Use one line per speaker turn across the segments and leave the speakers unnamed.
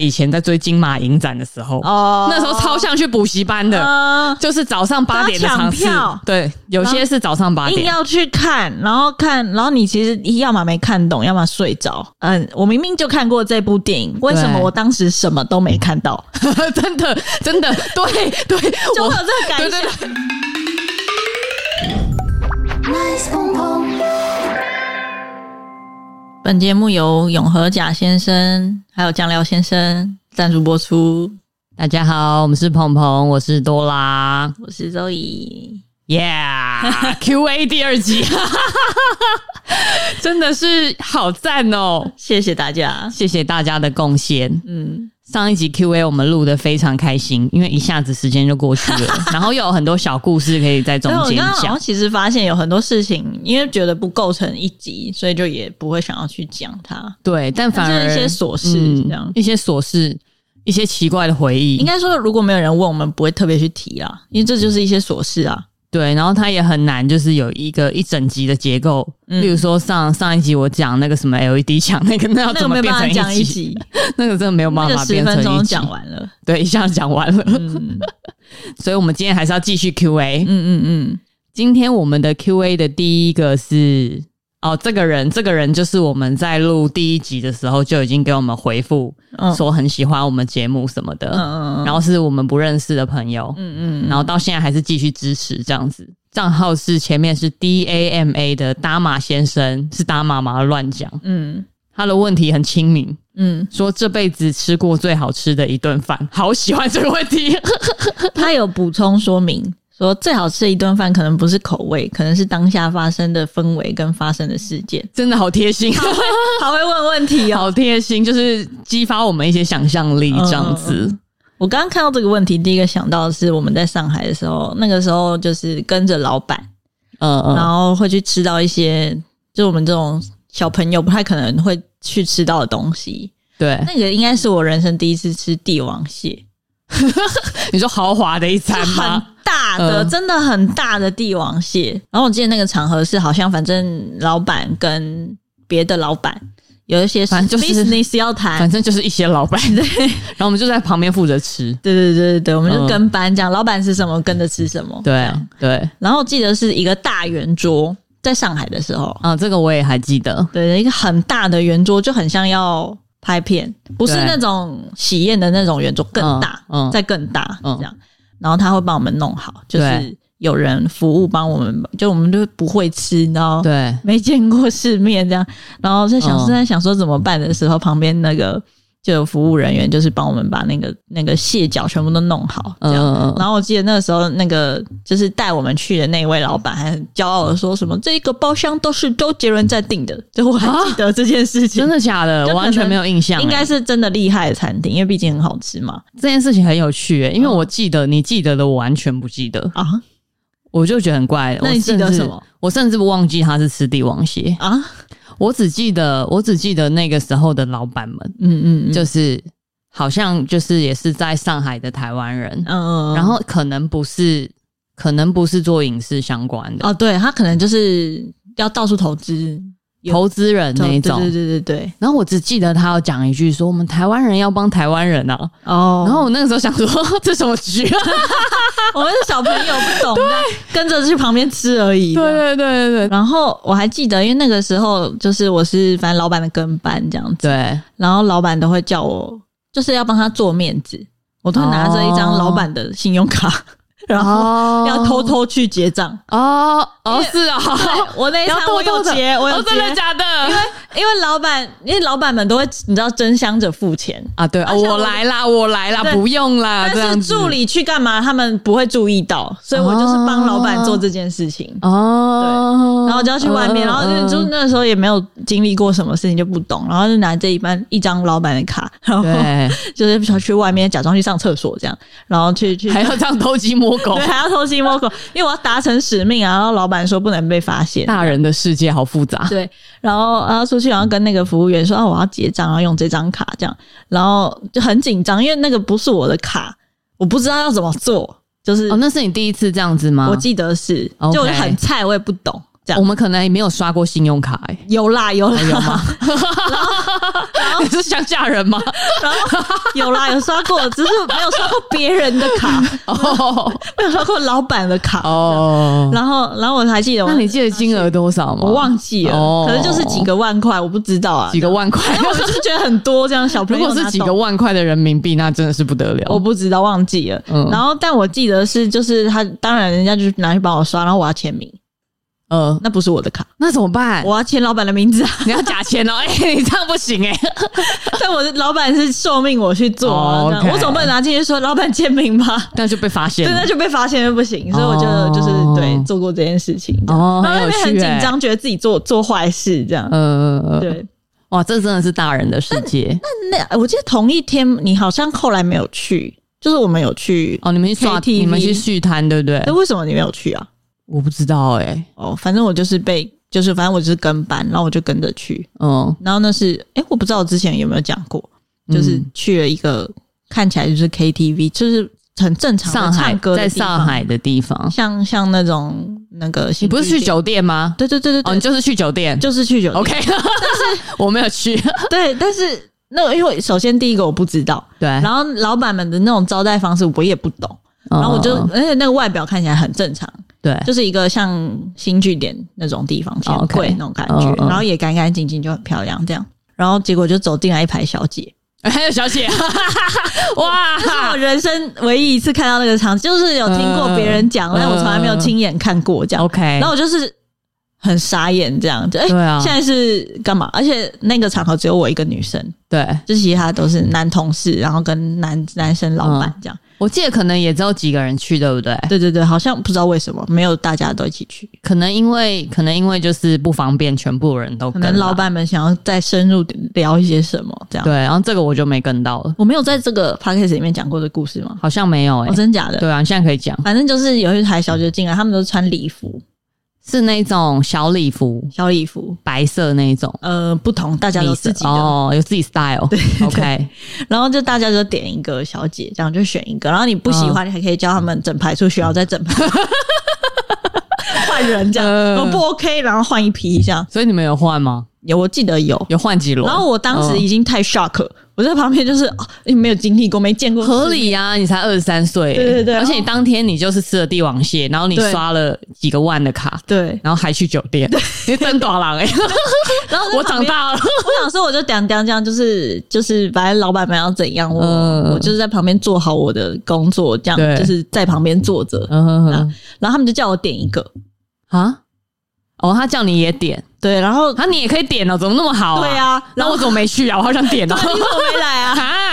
以前在追金马影展的时候，
哦，
那时候超像去补习班的，
嗯
就是早上八点的场次
都要抢票，嗯
对，有些是早上八
硬
点。
要去看，然后看，然后你其实要么没看懂，要么睡着。嗯，我明明就看过这部电影，为什么
对
我当时什么都没 看到？
真的，真的，对对，
就
我
会有这个感
对
想。
对对，
nice pom pom.
本节目由永和甲先生还有酱料先生赞助播出，
大家好，我们是鹏鹏，我是多拉
我是周怡。
，Yeah，Q&A 第二集， 真的是好赞哦！
谢谢大家。
谢谢大家的贡献。
嗯，
上一集 Q&A 我们录的非常开心，因为一下子时间就过去 了，然后又有很多小故事可以在中
哎所以我
间
刚刚好
讲
像。其实发现有很多事情，因为觉得不构成一集，所以就也不会想要去讲它。
对，但反而嗯
就是一些琐事这样
一些琐事，一些奇怪的回忆
应。该说，如果没有人问，我们不会特别去提啦，因为这就是一些琐事
嗯
啊。
对，然后它也很难，就是有一个一整集的结构。
嗯
例如说上上一集我讲那个什么 LED 墙，那个那要
那个
怎么
没有
变
办法
成
讲
一
一
集？
集，
那个真的没有办
那
法
个十
变成
分
一
钟
集。
讲完了。
对，一下子讲完了。
嗯
所以我们今天还是要继续 Q&A。
嗯嗯
今天我们的 Q&A 的第一个是哦，这个人，这个人就是我们在录第一集的时候就已经给我们回复，
嗯
说很喜欢我们节目什么的，
嗯嗯
然后是我们不认识的朋友，
嗯嗯，
然后到现在还是继续支持这样子。账号是前面是 D A M A 的达马先生，是达马吗？乱讲。
嗯
他的问题很亲民，
嗯，
说这辈子吃过最好吃的一顿饭，好喜欢这个问题。
他有补充说明说，最好吃的一顿饭可能不是口味，可能是当下发生的氛围跟发生的事件。
真的好贴心，
好会问问题哦！
好贴心，就是激发我们一些想象力这样子。
我刚刚看到这个问题，第一个想到的是我们在上海的时候，那个时候就是跟着老板，
嗯
然
嗯，
后会去吃到一些就是我们这种小朋友不太可能会去吃到的东西。
对，
那个应该是我人生第一次吃帝王蟹，
你说豪华的一餐
很
吗？
大的，
嗯
真的很大的帝王蟹。然后我记得那个场合是好像反正老板跟别的老板有一些
反正就是
business 要谈
反，正就是一些老 板，然后我们就在旁边负责吃。
对对对对对，我们就
嗯
跟班这样，老板吃什么跟着吃什么。
对对，
然后我记得是一个大圆桌，在上海的时候，
啊，这个我也还记得。
对，一个很大的圆桌，就很像要拍片，不是
对
那种喜宴的那种圆桌，更大，
嗯嗯
再更大，
嗯
这样。然后他会帮我们弄好，就是
对
有人服务帮我们，就我们就不会吃，然后
对，
没见过世面这样。然后在想
嗯
正在想说怎么办的时候，旁边那个就有服务人员，就是帮我们把那个那个蟹脚全部都弄好，这
嗯
样。
嗯嗯，
然后我记得那个时候，那个就是带我们去的那位老板还很骄傲的说什么：“这个包厢都是周杰伦在订的。”就我还记得这件事情，
啊真的假的？
就可能
我完全没有印象欸。
应该是真的厉害的餐厅，因为毕竟很好吃嘛。
这件事情很有趣欸，因
嗯
为我记得你记得的，我完全不记得，
啊
我就觉得很怪。
那你
我甚
记得
至
什么？
我甚至忘记他是吃帝王蟹，
啊，
我只记得我只记得那个时候的老板们。
嗯嗯，嗯
就是好像就是也是在上海的台湾人，
嗯嗯，嗯
然后可能不是，可能不是做影视相关的、
哦，对他可能就是要到处投资有哦
投资人那一种。
对对对对对，
然后我只记得他有讲一句说：“我们台湾人要帮台湾人啊。”
哦，
然后我那个时候想说：“ 这什么局 啊
我们是小朋友不懂，啊跟着去旁边吃而？”已。
对对对对对
然后我还记得，因为那个时候就是我是反正老板的跟班这样子，
对，
然后老板都会叫我，就是要帮他做面子，我都会拿着一张老板的信用卡，然后
哦
要偷偷去结账。
哦
因
哦
为
是哦，
我那一
要
餐我
偷偷
有
的
结，我有
哦
结，
真的假的？因为
因为老板，因为老板们都会，你知道争相着付钱。
啊，对，哦
而且我
我来啦，我来啦
对，
不用啦，
但
啊这样
是
子
助理去干嘛？他们不会注意到，所以我就是帮老板做这件事情，
哦，
然后就要去外
嗯
面，然后就
嗯
就那时候也没有经历过什么事情，就不懂，然后就拿这一般一张老板的卡，然后
对，
就是跑去外面假装去上厕所这样，然后去去
还要这样偷鸡摸狗
对，，还要偷鸡摸狗，因为我要达成使命啊。然后老板说不能被发现，
大人的世界好复杂。
对，然后然后出去，然后跟那个服务员说啊，我要结账，然后用这张卡这样，然后就很紧张，因为那个不是我的卡，我不知道要怎么做，就是、
哦，那是你第一次这样子吗？
我记得是，
哦 OK
就我就很菜，我也不懂。这样
我们可能也没有刷过信用卡、 欸，
有啦有啦，
还有 吗？你是想嫁人 吗？
然后有啦有刷过，只是没有刷过别人的 卡，
哦
没有刷过老板的卡。
哦，
然后然后我还记得我，
那你记得金额多少吗？
我忘记了，
哦
可能就是几个万块，我不知道啊。
几个 万块。
因 为我就是觉得很多这样小朋
如
友
果
拿走，
是几个万块的人民币，那真的是不得了。
我不知道忘记了。
嗯
然后但我记得是就是他，当然人家就拿去帮我刷，然后我要签名，
呃，
那不是我的卡，
那怎么办？
我要签老板的名字啊。
你要假钱哦， 哎、你这样不行哎、
但我的老板是受命我去做啊，
哦
这样
OK
我总不能拿进去说老板签名吧。
那就被发现
对，那
了。
就被发现就不行，所以我就
哦
就是对做过这件事情，这样
哦
然后那边
很
很
有趣
紧
欸
张，觉得自己做做坏事这样，
呃，呃
对。
哇，这真的是大人的世界
那我记得同一天，你好像后来没有去，就是我们有去。
哦！你们去耍，
KTV
你们去续摊，对不对
那、？为什么你没有去啊？
我不知道哎、
哦，反正我就是被，就是反正我就是跟班，然后我就跟着去。
嗯，
然后那是，哎、我不知道我之前有没有讲过，就是
嗯
去了一个看起来就是 KTV，就是很正常的
上海
唱歌的
在
地方
上，海的地方，
像像那种那个，
你不是去？酒店吗？
对对对对对，
哦，你就是去酒店。
就是去酒店
OK，但是我没有去。
对，但是那因为首先第一个我不知道，
对，然
然后老板们的那种招待方式我也不懂，
哦
然后我就而且那个外表看起来很正常，
对，
就是一个像新据点那种地方，钱
哦，OK
柜那种感觉
嗯，嗯
然后也干干净净就很漂亮这样，然后结果就走进来一排小姐，
还有小 姐，哇，
这是我人生唯一一次看到那个场景，就是有听过别人讲，
嗯
但我从来没有亲眼看过这样。
OK
然后我就是很傻眼这样，就哎、
对啊
现在是干嘛？而且那个场合只有我一个女生，
对
就其他都是男同事，然后跟男男生老
嗯
板这样。
我记得可能也只有几个人去，对不对？
对对对，好像不知道为什么没有大家都一起去，
可能因为可能因为就是不方便，全部人都
可
跟
能老板们想要再深入聊一些什么这样。
对，然后这个我就没跟到了，
我没有在这个 podcast 里面讲过的故事吗？
好像没有哎、
哦，真假的？
对啊，你现在可以讲，
反正就是有一台小姐进来，他们都穿礼服，
是那种小礼服，
小礼服，
白色那一种，
呃，不同，大家有自己的，
哦，有自己 style。OK，
然后就大家就点一个小姐，这样就选一个，然后你不喜
嗯
欢，你还可以叫他们整排出去，然后再整排 换人这样，
嗯
我、不 OK，然后换一批这样，
所以你们有换吗？
有我记得有，
有嗯换几轮？
然后我当时已经太 shock，、了，我在旁边就是、哦、没有经历过，没见过，
合理呀、你才二十三岁欸，
对对对
而且你当天你就是吃了帝王蟹，然后你
对
刷了几个万的卡，
对，
然后还去酒店，你真短郎哎！
然后在
我
旁
长
边，
大了，
我想说我就讲讲讲，就是就是反正老板们要怎样，我、
嗯
我就是在旁边做好我的工作，这
对
样就是在旁边坐着，啊
嗯
然后他们就叫我点一个，
啊，哦，他叫你也点，
对，然后
啊，你也可以点哦，怎么那么好、
对
啊，
啊，然
那
后
我怎么没去啊？我好想点哦。
你怎么没来啊？
啊！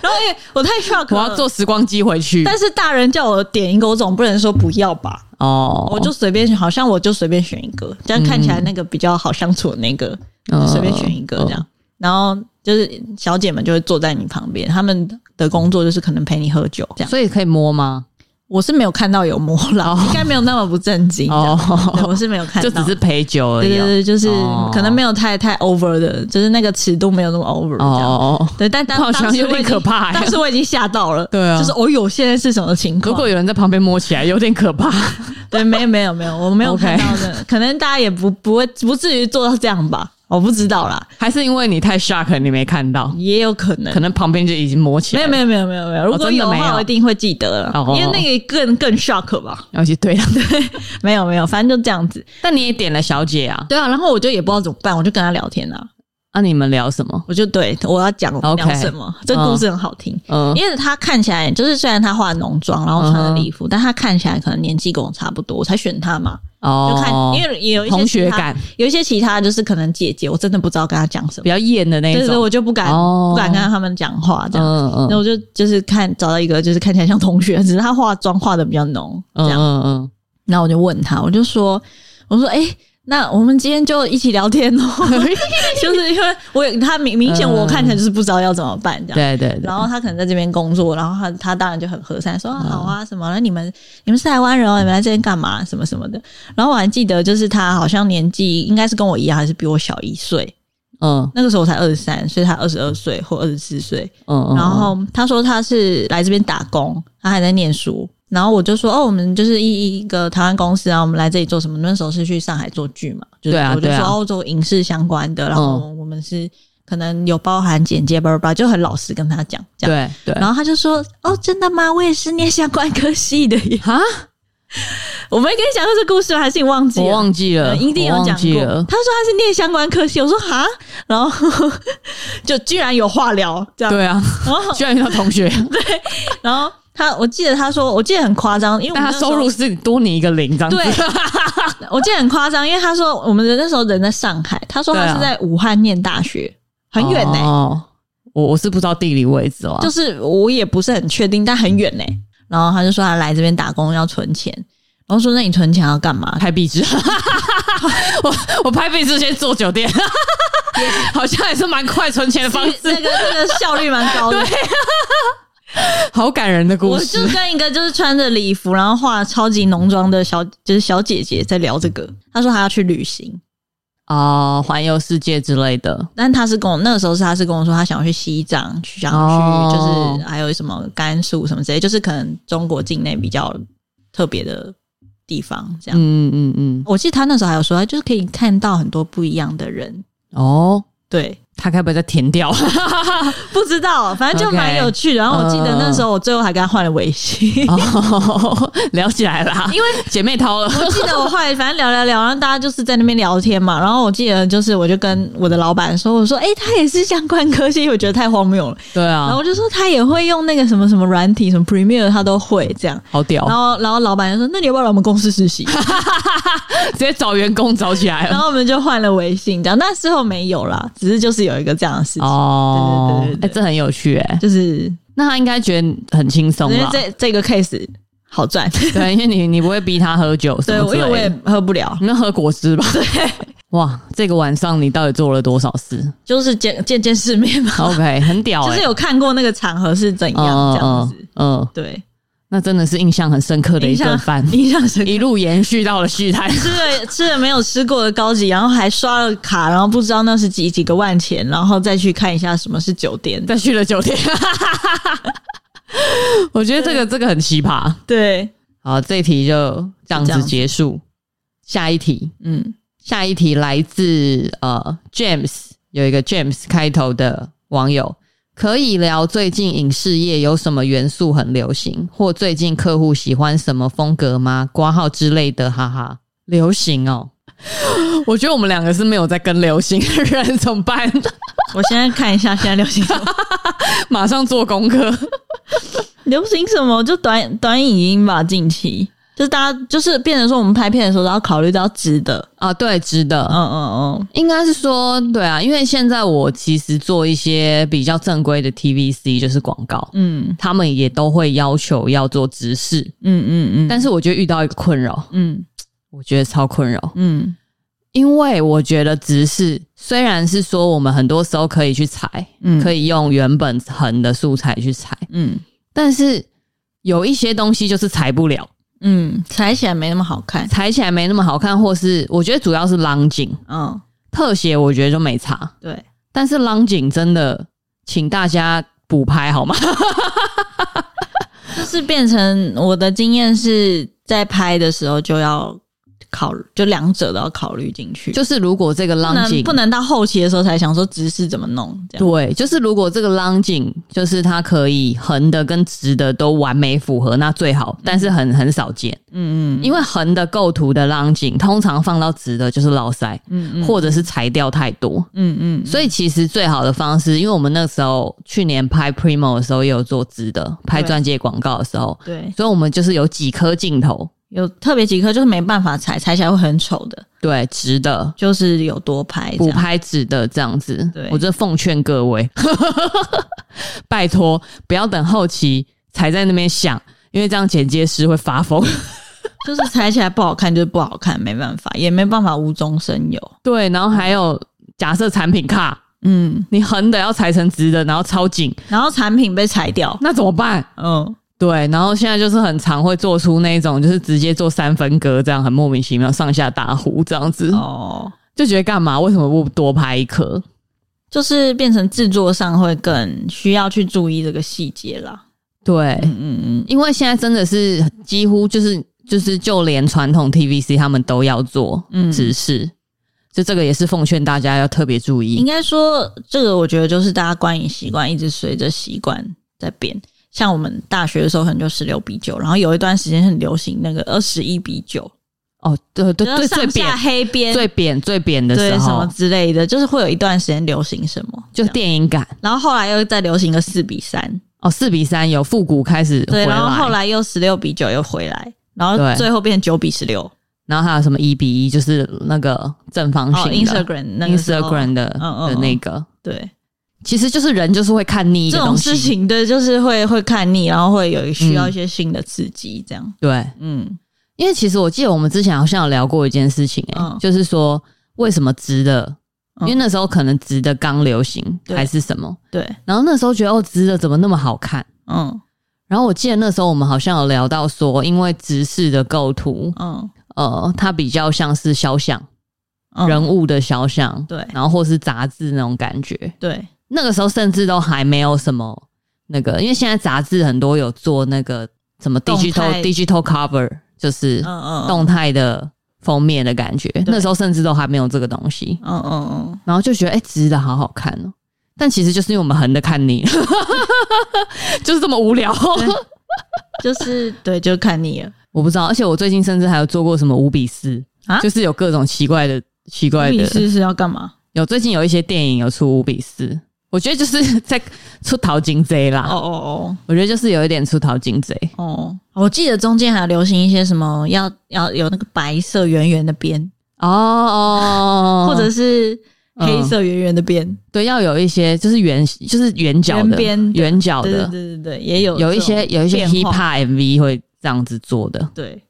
然后因为我太 shock，
我
了
要坐时光机回去。
但是大人叫我点一个，我总不能说不要吧？
哦，
我就随便选，好像我就随便选一个，这样看起来那个比较好相处的那个，
嗯哦
就随便选一个这样。然后就是小姐们就会坐在你旁边，她们的工作就是可能陪你喝酒这样。
所以可以摸吗？
我是没有看到有摸 啦，应该没有那么不正经这样。
哦
对我是没有看
就
到，
只是陪酒而
对
已
对
哦。
对，就是
哦
可能没有太太 over 的，就是那个尺度没有那么 over 这样。
哦，
对，但当
好像
当时
有点
我已经
可怕欸
当时我已经吓到了，
对啊
就是哦哟，现在是什么情况？
如果有人在旁边摸起来，有点可怕。
对，没有没有没有，我没有
OK
看到的，可能大家也不不会不至于做到这样吧，我不知道啦，
还是因为你太 shock，你没看到，
也有可能
可。能旁边就已经摸起
没
来
有
了。
没有没有没有没有，如果
真的
有的
没有
话，我一定会记得了，
哦
因为那个更更 shock 吧。
然后就哦 对了，
没有没有，反正就这样子。
但你也点了小姐啊？
对啊，然后我就也不知道怎么办，我就跟他聊天啊，
那你们聊什么？
我就对我要讲
OK
聊什么，这故事很好听。
嗯
因为他看起来就是，虽然他化浓妆，然后
嗯
穿了
哼
礼服，但他看起来可能年纪跟我差不多，我才选他嘛。就看，
哦，
因为也有一些
同学
其他
感，
有一些其他就是可能姐姐，我真的不知道跟她讲什
比
么，
较艳的那
对
一
对，对
种。
我就不敢、
哦
不敢跟他们讲话这样。
嗯嗯
那我就就是看找到一个就是看起来像同学，只是她化妆化的比较浓这
嗯
样。
嗯嗯，
然后我就问她，我就说，我说，哎、那我们今天就一起聊天哦，就是因为我有她明明显我看起来就是不知道要怎么办这样。
对对对
然。后她可能在这边工作，然后她她当然就很和善，说、啊、好啊什么，那你们你们是台湾人哦，你们来这边干嘛什么什么的。然后我还记得，就是她好像年纪应该是跟我一样，还是比我小一岁。
嗯
那个时候我才二十三岁，她二十二岁或二十四岁。
嗯嗯，
然后她说她是来这边打工，她还在念书。然后我就说哦，我们就是一一个台湾公司啊，我们来这里做什么？那时候是去上海做剧嘛，就是
对啊
我就
对啊嗯
说哦，做影视相关的，然后我们是可能有包含剪接，巴拉巴拉，就很老实跟他讲这样。
对对，
然后他就说哦，真的吗？我也是念相关科系的耶。
哈，
我没跟你讲过这故事，还是你忘记
我
了？
忘记了，
呃一定有
我
讲
忘
过。
记了。
他说他是念相关科系，我说哈， 然后 就居然有话聊这样，
对 啊，
然后
居然遇到同 学，
然后他，我记得他说，我记得很夸张，因为我
但
们
他
那时候
收入是多你一个零，这样子。
对，我记得很夸张，因为他说我们那时候人在上海，他说
对
他
啊
是在武汉念大学，很远欸呢、
哦，我我是不知道地理位置哦，
就是我也不是很确定，但很远呢、欸然后他就说他来这边打工要存钱，然后说那你存钱要干嘛？
拍壁 纸。我我拍壁纸先做酒 店，好像也是蛮快存钱的方
那
式，
个那个效率蛮高的，
好感人的故
我
事
就。跟一个就是穿着礼服，然后化超级浓妆的小，就是小姐姐在聊这个。她说她要去旅行，
哦，环游世界之类的，
但她是跟我那个时候是她是跟我说她想要去西藏，去想要去
哦
就是还有什么甘肃什么之类，就是可能中国境内比较特别的地方这样。
嗯嗯嗯，
我记得她那时候还有说，她就是可以看到很多不一样的人，
哦，
对，
他该不会在填掉？
不知道，反正就
OK
蛮有趣的。然后我记得
嗯
那时候我最后还跟她换了微信。
哦， 聊起来啦，
因为
姐妹掏了，
我记得我后来反正聊聊聊，然后大家就是在那边聊天嘛。然后我记得就是我就跟我的老板说，我说哎、诶他也是相关科系，因为我觉得太荒谬了。
对
然后
啊，
我就说他也会用那个什么什么软体，什么 Premiere 他都会这样。
好屌
然，后然后老板就说，那你要不要来我们公司实习？
直接找员工找起来
然
了。
后我们就换了微信，这样。那之后没有啦，只是就是有一个这样的事情，
哦，
对对对对对
哎这很有趣哎，
就是
那他应该觉得很轻
因
松
为
啦。
这这个 case 好 赚。
对，因为你你不会逼他喝酒什
对，
么
我
之类的，
因为我也喝不了，
你们喝果汁吧。对， 哇，这个晚上你到底做了多少 事
就是见见见世面嘛，
？OK，很屌、欸，
就是有看过那个场合是怎样这样子。
嗯，嗯
对，
那真的是印象很深刻的一
印象
顿 饭，
印象 深刻。
一路延续到了续 摊。
吃了吃了没有吃过的高级，然后还刷了卡，然后不知道那是几几个万钱，然后再去看一下什么是酒店。
再去了酒店。 我觉得这个这个很奇葩。
对，
好，这一题就这样
就这样
子
子
结束。下一题，
嗯，
下一题来自呃 James，有一个 James 开头的网友，可以聊最近影视业有什么元素很流行，或最近客户喜欢什么风格吗？挂号之类的，哈哈，流行哦。 我觉得我们两个是没有在跟流行的人，怎么办？
我现在看一下现在流行什么，
马上做功课。
流行什么就短短影音吧，近期就是大家就是变成说我们拍片的时候都要考虑到值的，
啊，对，值得。
嗯嗯嗯，
应该是说，对啊，因为现在我其实做一些比较正规的 TVC，就是广告，
嗯
他们也都会要求要做直视，
嗯嗯嗯，
但是我就遇到一个困扰，
嗯
我觉得超困扰，
嗯
因为我觉得直视虽然是说我们很多时候可以去裁，
嗯
可以用原本横的素材去裁，
嗯
但是有一些东西就是裁不了，
嗯，踩起来没那么好看，
裁起来没那么好看，或是我觉得主要是浪景，
嗯，
特写我觉得就没差，
对，
但是浪景真的，请大家补拍好吗？
就是变成我的经验是在拍的时候就要考，就两者都要考虑进去，
就是如果这个
不
浪
能
景
不能到后期的时候才想说直视怎么弄这样。
对，就是如果这个浪景就是它可以横的跟直的都完美符合，那最好，但是很很少见，
嗯嗯
因为横的构图的浪景通常放到直的就是老塞，
嗯嗯
或者是裁掉太多。
嗯嗯
所以其实最好的方式，因为我们那时候去年拍 Primo 的时候也有做直的，拍
对
钻戒广告的时候，
对，
所以我们就是有几颗镜头
有特别几颗就是没办法踩，踩起来会很丑的，
对直的，
就是有多拍这
补
样。
拍纸的这样子。
对
我这奉劝各位， 拜托不要等后期才在那边想，因为这样剪接师会发疯。
就是踩起来不好看，就是不好看，没办法，也没办法无中生有。
对，然后还有假设产品卡，
嗯，
你横的要裁成直的，然后超紧，
然后产品被裁掉，
那怎么办？
嗯，
对，然后现在就是很常会做出那种，就是直接做三分割，这样很莫名其妙，上下打弧这样子，
哦，
就觉得干嘛？为什么不多拍一颗？
就是变成制作上会更需要去注意这个细节啦。
对，
嗯嗯嗯，
因为现在真的是几乎就是就是就连传统 TVC 他们都要做
嗯
指示，就这个也是奉劝大家要特别注
应
意。
该说这个我觉得就是大家观影习惯一直随着习惯在变。像我们大学的时候，可能就十六比九，然后有一段时间很流行那个二十一比九，
哦，对对
然后
对，最
上
扁
下黑边，
最扁最扁的
对
时
什么
候，
之类的，就是会有一段时间流行什么，
就
这样
电影感
然后后来又再流行个四比三，
哦，四比三有复古开始回
对，然后后
来，
来又十六比九又回来，然后
对
最后变九比十六。
然后还有什么一比一，就是那个正方
哦
形的
，Instagram 那个时候
Instagram 的
嗯嗯
的那个，
对
其实就是人就是会看腻一
这
个
种
东
事
西，嗯
情，对，就是会会看腻，然后会有需要一些新的刺激，这样。
对。
嗯
因为其实我记得我们之前好像有聊过一件事情、欸，
嗯
就是说为什么直的，
嗯
因为那时候可能直的刚流行
对
还是什么，
对，
然后那时候觉得哦直的怎么那么好看，
嗯
然后我记得那时候我们好像有聊到说，因为直视的构图，
嗯
呃，它比较像是肖像、
嗯，
人物的肖像，
对
然后或是杂志那种感觉，
对，
那个时候甚至都还没有什么那个，因为现在杂志很多有做那个什么
动
digital
态
digital cover，就是
嗯嗯，
动态的封面的感觉。那时候甚至都还没有这个东西，
嗯，嗯嗯
然后就觉得哎、诶直的好好看哦。但其实就是因为我们横的看腻了， 就是这么无聊。
嗯，就是对，就看腻了。
我不知道，而且我最近甚至还有做过什么五比四、
啊
就是有各种奇怪的、奇怪
你
的。
是是要干嘛？
有最近有一些电影有出五比四，我觉得就是在出淘金贼啦。
哦哦
我觉得就是有一点出淘金贼。
哦哦，我记得中间还流行一些什么，要要有那个白色圆圆的边，
哦哦，嗯
或者是黑色圆圆的边，
对，要有一些就是圆，就是圆角
圆
的、
边的
圆角
对
的
对，对对对，也有
有一
这种
些有一些
变
hip
化
hop MV 会这样子做的，
对，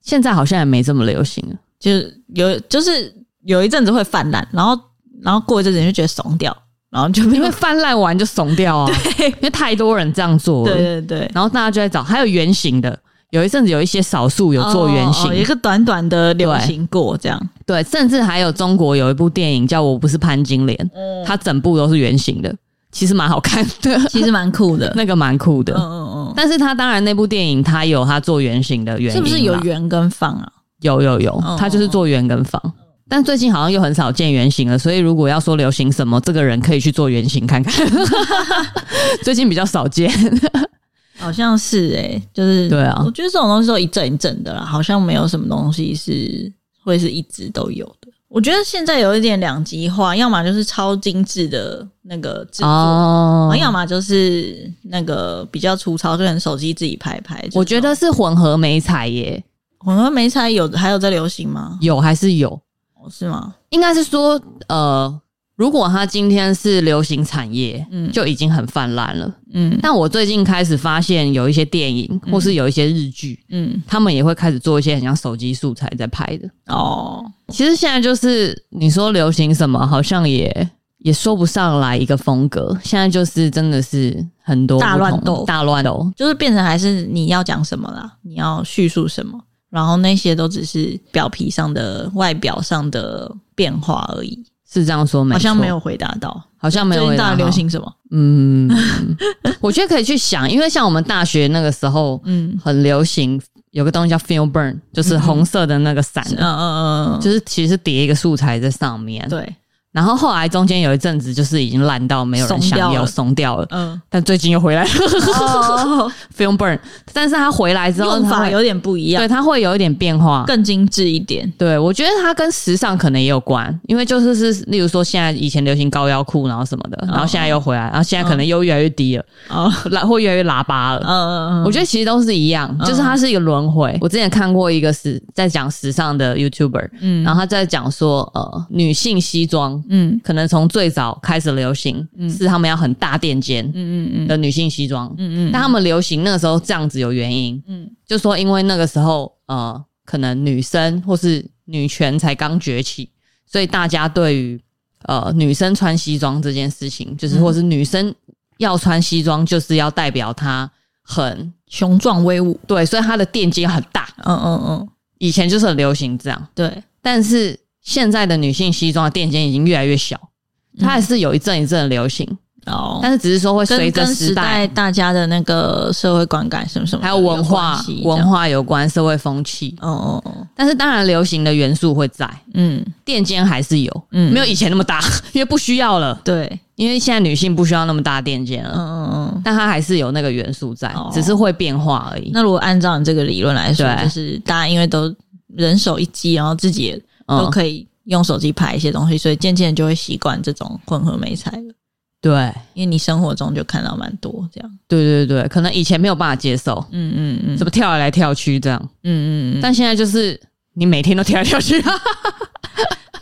现在好像也没这么流行了。
就是有就是有一阵子会泛滥，然后然后过一阵子你就觉得怂掉，然后就没
因为
有
泛滥完就怂掉啊，因为太多人这样做了，
对对对，
然后大家就在找，还有圆形的，有一阵子有一些少数有做圆形，
哦哦有一个短短的流行过这样，
对，甚至还有中国有一部电影叫《我不是潘金莲》，
嗯，
它整部都是圆形的，其实蛮好看 的，
其实蛮酷的，
那个蛮酷的。
嗯嗯嗯，
但是它当然那部电影它有它做圆形的原因啦，
是不是有圆跟方啊？
有有有
嗯，
他就是做圆跟方。但最近好像又很少见原型了，所以如果要说流行什么，这个人可以去做原型看看。最近比较少见，
好像是哎、就是
对啊
我觉得这种东西都一阵一阵的啦，好像没有什么东西是会是一直都有的。我觉得现在有一点两极化，要么就是超精致的那个制作，
哦
然后要么就是那个比较粗糙，就很手机自己拍拍。就是
我觉得是混合美彩耶，
混合媒材有还有在流行吗？
有还是有，
哦是吗？
应该是说，呃，如果他今天是流行产业，
嗯
就已经很泛滥了。
嗯
但我最近开始发现，有一些电影或是有一些日剧，
嗯
他们也会开始做一些很像手机素材在拍的。
哦，
其实现在就是你说流行什么，好像也也说不上来一个风格。现在就是真的是很多
大
不同
乱斗
大乱斗。
就是变成还是你要讲什么啦，你要叙述什么，然后那些都只是表皮上的、外表上的变化而已。
是这样说没？
好像没，有回答到，
好像没有
最
回
近到
答
底流
好。
行什么？
嗯， 我觉得可以去想，因为像我们大学那个时候
嗯
很流行，有个东西叫 film burn，就是红色的那个伞
嗯嗯嗯，
就是其实是叠一个素材在上面。，
对，
然后后来中间有一阵子就是已经烂到没有人
松
想
掉
要，
了
松掉了。
嗯，
但最近又回来了 film burn，但是它回来之后
哦用
它
法
会
有点不一样
对，，它会有一点变化。
更精致一点。
对，我觉得它跟时尚可能也有关，因为就是是，例如说现在以前流行高腰裤，然后什么的，然后现在又回来，然后现在可能又越来越低了，
哦，
拉、会越来越喇叭了。
嗯嗯
我觉得其实都是一样，
哦
就是它是一个轮回。我之前看过一个时在讲时尚的 YouTuber，
嗯
然后他在讲说，呃，女性西装
嗯
可能从最早开始流行，是他们要很大垫肩
嗯嗯嗯
的女性西装，
嗯
但他们流行那个时候这样子有原因，
嗯
就说因为那个时候呃，可能女生或是女权才刚崛起，所以大家对于呃女生穿西装这件事情，就是
嗯
或是女生要穿西装，就是要代表她很
雄壮威武。
对，所以她的垫肩很大。
嗯嗯嗯，
以前就是很流行这样，
对，
但是现在的女性西装的垫肩已经越来越小，它还是有一阵一阵的流行。
哦，
但是只是说会随着
跟跟时代
代
大家的那个社会观感什么什么的
还有文化
关系这样
文，化有关社会风气，
哦哦哦，
但是当然流行的元素会在，
嗯，
垫肩还是有，
嗯
没有以前那么大， 因为不需要了，
对，
因为现在女性不需要那么大垫肩
嗯
了，
嗯嗯。
但它还是有那个元素在
哦，
只是会变化而已。
那如果按照你这个理论来说，
对
就是大家因为都人手一机，然后自己也都
嗯，
可以用手机拍一些东西，所以渐渐就会习惯这种混合美彩了。
对。
因为你生活中就看到蛮多这样，
对对对，可能以前没有办法接受，
嗯嗯嗯
怎么跳来跳去这样，
嗯嗯嗯，
但现在就是你每天都跳来跳去、啊。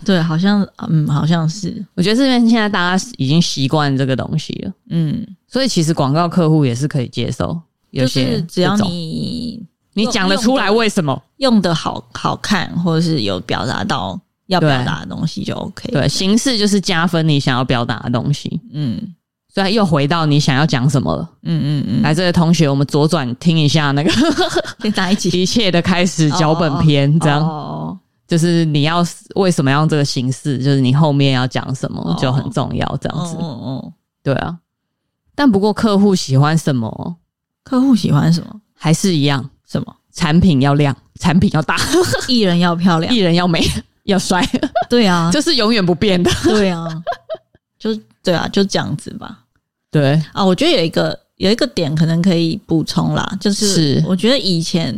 对，好像嗯好像是，
我觉得是因为现在大家已经习惯这个东西了，
嗯，
所以其实广告客户也是可以接受。有
就
些
是只要
这种
你
你讲得出来为什么，
用的好好看，或者是有表达到要
对
表达的东西就 OK。
对，形式就是加分你想要表达的东西。
嗯
所以又回到你想要讲什么了。
嗯嗯嗯，
来，这位同学，我们左转听一下那 个
先打一起
一切的开始脚本篇，这样
哦，
就是你要为什么要用这个形式，就是你后面要讲什么
哦
就很重要，这
哦
样
哦
子。
哦，
对啊，但不过客户喜欢什么
客户喜欢什么
还是一样，
什么，
产品要亮，产品要大，
艺人要漂亮
艺，人要美， 要帅，
对 啊，
这是永远不变的。
对啊，就对啊，就这样子吧。
对，
啊，我觉得有一个有一个点可能可以补充啦，就是
是
我觉得以前，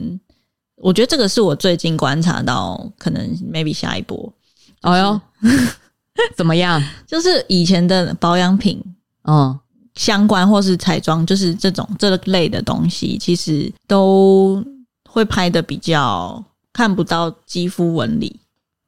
我觉得这个是我最近观察到，可能 maybe 下一波，
哎 呦，怎么样？
就是以前的保养品
嗯，
相关或是彩妆，就是这种这类的东西，其实都会拍的比较看不到肌肤纹理，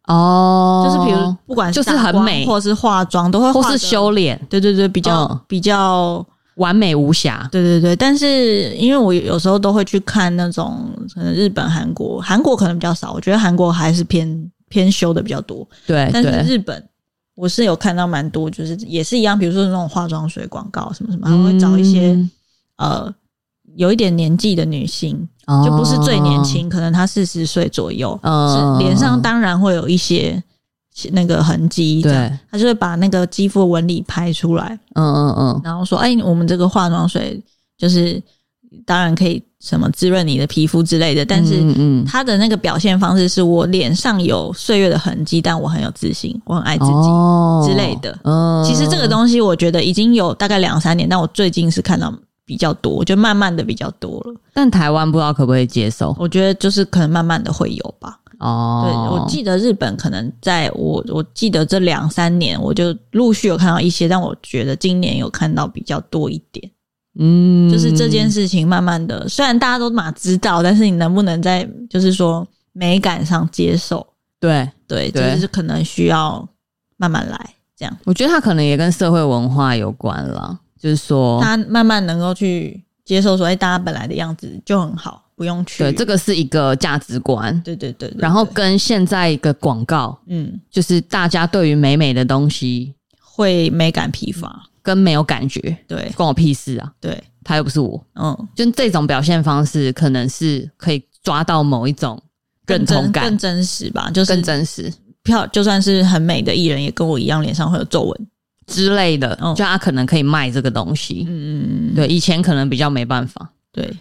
哦，
就是比如不管
就是
打
很
光
美
或是化妆都会
或
画
是
得，
修脸，
对对对，比较、
嗯
比较
完美无瑕。
对对对，但是因为我有时候都会去看那种可能日本、韩国，韩国可能比较少，我觉得韩国还是偏偏修的比较多，
对
但是
哎对，
日本我是有看到蛮多，就是也是一样，比如说那种化妆水广告什么什么，还会找一些、
嗯
呃有一点年纪的女性，
嗯
就不是最年，轻，可能她四十岁左右，
哦
是脸上当然会有一些那个痕迹，
对，
这样，她就会把那个肌肤的纹理拍出来。
嗯嗯嗯，
然后说：“哎、我们这个化妆水就是当然可以什么滋润你的皮肤之类的，但是
嗯嗯
它的那个表现方式是我脸上有岁月的痕迹，但我很有自信，我很爱自己。
哦
之类的
嗯，
其实这个东西我觉得已经有大概两三年，但我最近是看到比较多，就慢慢的比较多了。
但台湾不知道可不可以接受
我觉得就是可能慢慢的会有吧。对，
哦。
我记得日本可能在我我记得这两三年，我就陆续有看到一些，但我觉得今年有看到比较多一点。
嗯
就是这件事情慢慢的，虽然大家都嘛知道，但是你能不能在就是说美感上接受？
对，
对，
对
就是可能需要慢慢来，这样
我觉得它可能也跟社会文化有关了，就是说，
他慢慢能够去接受说，哎，大家本来的样子就很好，不用去
对，这
个，
个是一个价值观，
对对对对
然后
对
跟现在一个广告，
嗯，
就是大家对于美美的东西
会美感疲乏，
跟没有感觉，
对
关我屁事啊！
对，
他又不是我，
嗯，
就这种表现方式，可能是可以抓到某一种认同
真
感
更，真实吧，就是
更真实
票就算是很美的艺人，也跟我一样脸上会有皱纹，
之类的，
嗯
就他可能可以卖这个东西。
嗯嗯嗯，
对，以前可能比较没办法，
对，以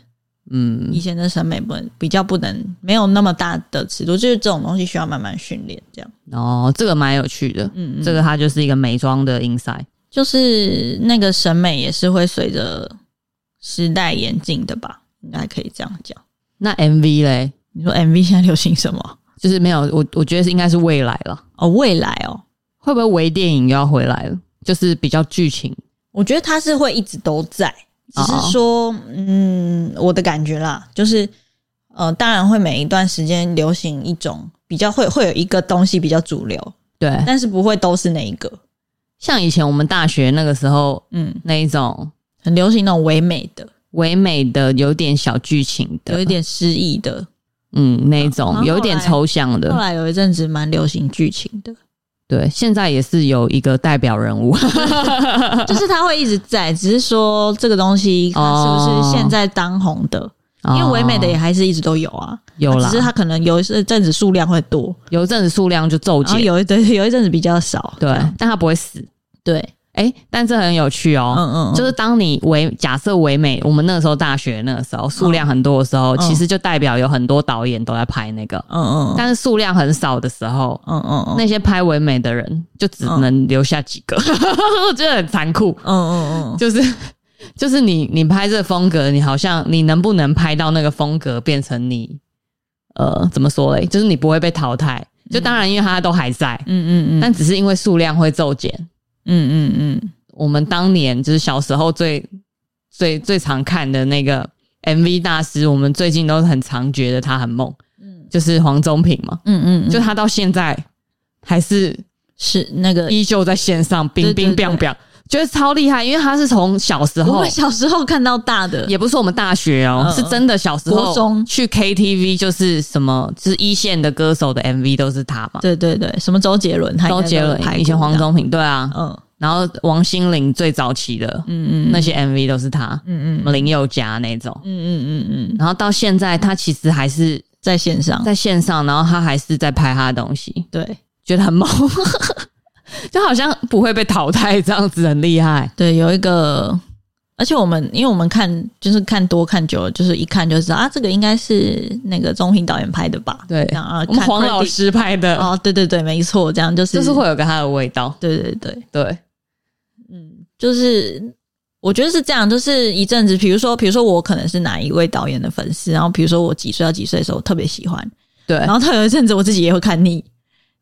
嗯，
前的审美不能比较不能没有那么大的尺度，就是这种东西需要慢慢训练。这样，
哦，这个蛮有趣的，
嗯
这个它就是一个美妆的 inside，
就是那个审美也是会随着时代演进的吧，应该可以这样讲。
那 MV 嘞，
你说 MV 现在流行什么？
就是没有，我我觉得是应该是未来了，
哦，未来哦，
会不会微电影又要回来了？就是比较剧情，
我觉得它是会一直都在，只
哦
是说，嗯，我的感觉啦，就是，呃，当然会每一段时间流行一种比较会会有一个东西比较主流，
对，
但是不会都是那一个，
像以前我们大学那个时候
嗯，
那一种
很流行那种唯美的，
唯美的，有点小剧情的，
有一点诗意的，
嗯那一种
然后
有一点
后来
抽象
后
的，
来有一阵子蛮流行剧情 的，
对，现在也是有一个代表人物，
就是它会一直在，只是说这个东西它是不是现在当红的？ 因为唯美的也
哦
还是一直都有啊，
有啦
只是它可能有一阵子数量会多，
有一阵子数量就骤
然后嗯
减，
有一对有一阵子比较少。
对
这样，
但它不会死。
对，
哎、但这很有趣哦。
嗯嗯嗯
就是当你唯假设唯美，我们那个时候大学那个时候数量很多的时候，其实就代表有很多导演都在拍那个。
嗯嗯嗯
但是数量很少的时候，
嗯嗯嗯
那些拍唯美的人就只能留下几个， 我觉得很残酷。
嗯嗯
就是就是你你拍这个风格，你好像你能不能拍到那个风格变成你呃怎么说嘞？就是你不会被淘汰。就当然，因为他都还在，
嗯嗯嗯
但只是因为数量会骤减。
嗯嗯嗯，
我们当年就是小时候最最最常看的那个 MV 大师，我们最近都很常觉得他很猛，
嗯
就是黄宗平嘛。
嗯嗯，
就他到现在还是
是那个。
依旧在线上冰
对
冰
对
冰冰，觉得超厉害，因为他是从小时
我
候
们。小时候看到大的，
也不是我们大学哦，
嗯
是真的小时
国
候
中
去 KTV 就是什么，就是一线的歌手的 MV 都是他嘛，
对对对，什么周杰伦，他应该
周杰
都有拍
伦、
过
以前黄
这样，
宗平对啊，
嗯
然后王心凌最早期的
嗯嗯
那些 MV 都是他，
嗯
什
嗯
么林宥嘉那种，
嗯嗯嗯嗯，
然后到现在他其实还是
在线上，
在线上，然后他还是在拍他的东西，
对
觉得很猛， 就好像不会被淘汰这样子，很厉害。
对，有一个，而且我们因为我们看就是看多看久了，就是一看就知道啊，这个应该是那个钟平导演拍的吧？
对
这样啊，
我们
看
黄
credit
老师拍的，
哦，对对对，没错，这样就是
就是会，有个他的味道。
对对对，
对，
嗯，就是我觉得是这样，就是一阵子，比如说，比如说我可能是哪一位导演的粉丝，然后比如说我几岁到几岁的时候我特别喜欢，
对
然，后他有一阵子我自己也会看腻，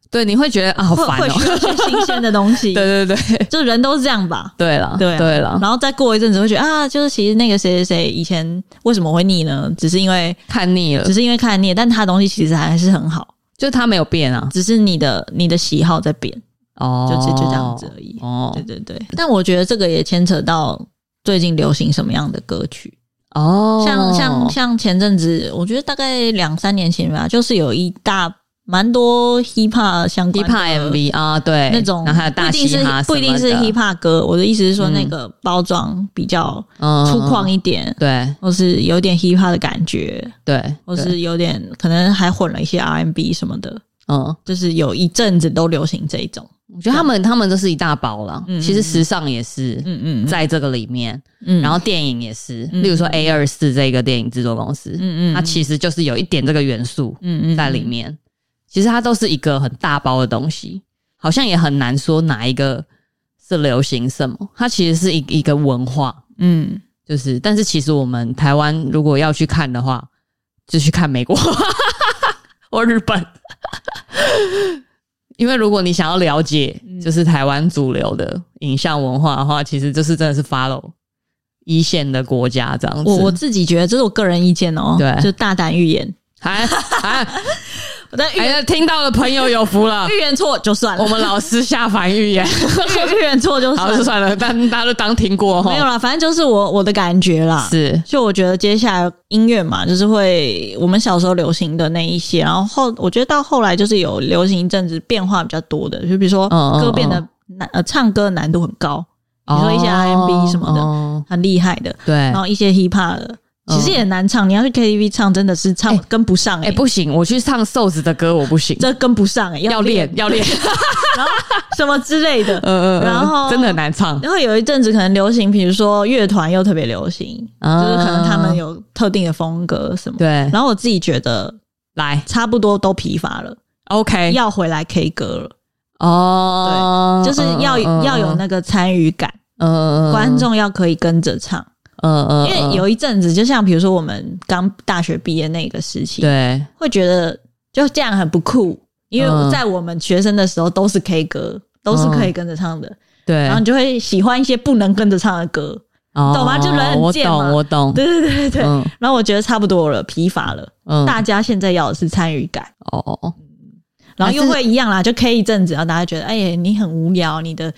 对，你会觉得啊，好
会
烦
会
哦、
需要一些新鲜的东 西，
对对对，
就人都是这样吧。
对了，
对啊
对了，
然后再过一阵子会觉得啊，就是其实那个谁谁谁以前为什么会腻呢？只是因为
看腻了
只，是因为看腻，但他的东西其实还是很好，
就他没有变啊。
只是你的你的喜好在变，
哦
就就就这样子而已。
哦
对对对，但我觉得这个也牵扯到最近流行什么样的歌曲，
哦，
像像像前阵子，我觉得大概两三年前吧，就是有一大蛮多 hip hop 相关
hip
的
hop MV 啊，对，
那种
然后还有
不
大
一定
嘻哈
是
什么的，
不一定是 hip hop 歌，我的意思是说
嗯
那个包装比较
嗯
粗犷，一点，
对
或是有点 hip hop 的感觉，
对，
或
对
是有点可能还混了一些 R&B 什么的，
嗯，
就是有一阵子都流行这一种。
我觉得他们他们都是一大包了。
嗯
其实时尚也是
嗯嗯
在这个里面，
嗯
然后电影也是，
嗯
例如说 A 二四这个电影制作公司，
嗯
它其实就是有一点这个元素
嗯嗯
在里面。其实它都是一个很大包的东西，好像也很难说哪一个是流行什么。它其实是一一个文化，
嗯，
就是但是其实我们台湾如果要去看的话，就去看美国 或日本。因为如果你想要了解
嗯
就是台湾主流的影像文化的话，其实就是真的是 follow 一线的国家这样子。
我我自己觉得这是我个人意见哦，
嗯对
就大胆预言，
还还
我但预
哎呀，听到的朋友有福了，
预言错就 算了
我，们老师下凡预言，
预言错 就
好
算
就
了，
算了，但大家都当听过
没有
哈。
啦，反正就是我我的感觉啦，
是，
就我觉得接下来音乐嘛，就是会我们小时候流行的那一些，然后后我觉得到后来就是有流行一阵子变化比较多的，就比如说
嗯嗯哦
歌变得
嗯
难，呃，唱歌难度很高，比如说一些 R&B 什么的，哦
哦
很厉害的，
对
然，后一些 hip hop 的，其实也难唱，你要去 KTV 唱，真的是
嗯
唱
哎
跟不上哎、
哎，不行，我去唱瘦子的歌，我不行，
这跟不上哎、
要练，要练，
什么之类的。
嗯嗯，
然后
真的很难唱，
然后有一阵子可能流行，比如说乐团又特别流行，
啊
就是可能他们有特定的风格什么。
对，
然后我自己觉得
来
差不多都疲乏了，
，OK，
要回来 K 歌了，
哦，
就是要要
嗯
有那个参与感，
呃
观，众要可以跟着唱。
嗯嗯，
因为有一阵子，就像比如说我们刚大学毕业那个时期，
对
会觉得就这样很不酷，因
嗯
为在我们学生的时候都是 K 歌，都是可以跟着唱的，
嗯对，哦
然后你就会喜欢一些不能跟着唱的歌。懂啊吗就人很
我
贱嘛
懂，我懂，
对对对对对。
嗯
然后我觉得差不多了，疲乏了。
嗯，
大家现在要的是参与感，
哦哦哦，
然后又
还是
会一样啦，就 K 一阵子，然后大家觉得，哎、你很无聊，你的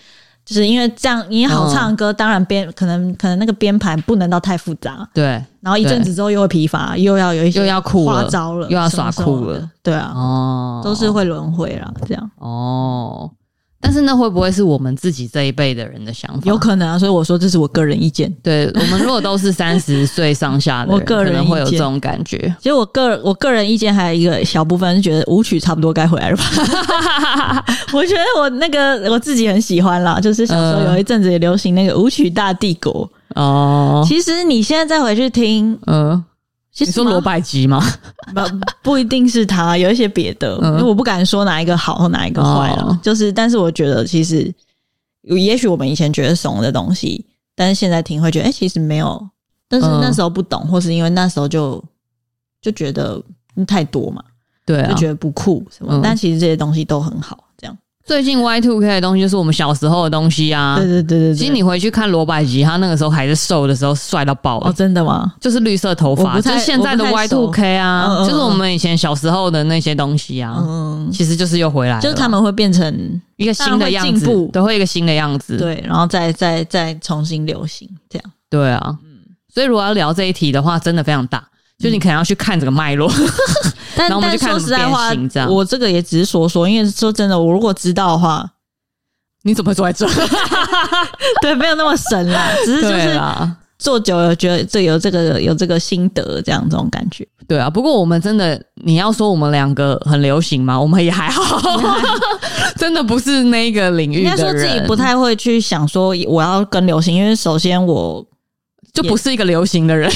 就是因为这样，你好唱的歌，当然编可能可能那个编排不能到太复杂，
对，
然后一阵子之后又会疲乏，又要有一些
又要酷
花
了，
招了，
又要
什么
耍
什么
酷
的
了，
对啊，
哦，
都是会轮回啦，这样，
哦。但是那会不会是我们自己这一辈的人的想法？
有可能啊，所以我说这是我个人意见。
对我们如果都是三十岁上下的人，
我个人
可能会有
意
这
见
种感觉。
其实我个我个人意见还有一个小部分是觉得舞曲差不多该回来了吧。 我觉得我那个我自己很喜欢啦，就是小时候
嗯
有一阵子也流行那个舞曲大帝国。
哦，
其实你现在再回去听，
嗯，
其
你
实
说
蛮
罗百吉吗？
不不一定是他，有一些别的，
嗯
因为我不敢说哪一个好或哪一个坏了。
哦
就是，但是我觉得其实，也许我们以前觉得怂的东西，但是现在听会觉得，哎、其实没有。但是
嗯
那时候不懂，或是因为那时候就就觉得嗯太多嘛，
对
就
啊，
觉得不酷什么。
嗯
但其实这些东西都很好，这样。
最近 Y two K 的东西就是我们小时候的东西啊。
对对对对对。
其实你回去看罗百吉，他那个时候还是瘦的时候，帅到爆、欸
哦，真的吗？
就是绿色头
我
发，
不
就
太
是现在的
我不
Y
太熟
two K 啊，
嗯嗯嗯
就是我们以前小时候的那些东西啊，
嗯，
其实就是又回来了，
就是他们会变成
一个新的样
当然会
子，
进步
都会一个新的样子，
对，然后再再再重新流行这样。
对啊，
嗯
所以如果要聊这一题的话，真的非常大，就你可能要去看这个脉络，
但
然后我们
但
就看
说
怎
实
么
在
变
话
形这，样
我这个也只是说说，因为说真的，我如果知道的话，
你怎么会坐在这？
对，没有那么神啦，只 是就
对啊
是
啦，
做久了，觉得这有这个有这个心得，这样这种感觉。
对啊。不过我们真的，你要说我们两个很流行吗？我们也还 好，真的不是那个领域
应
的
该
人，
说自己不太会去想说我要跟流行，因为首先我
就不是一个流行的人，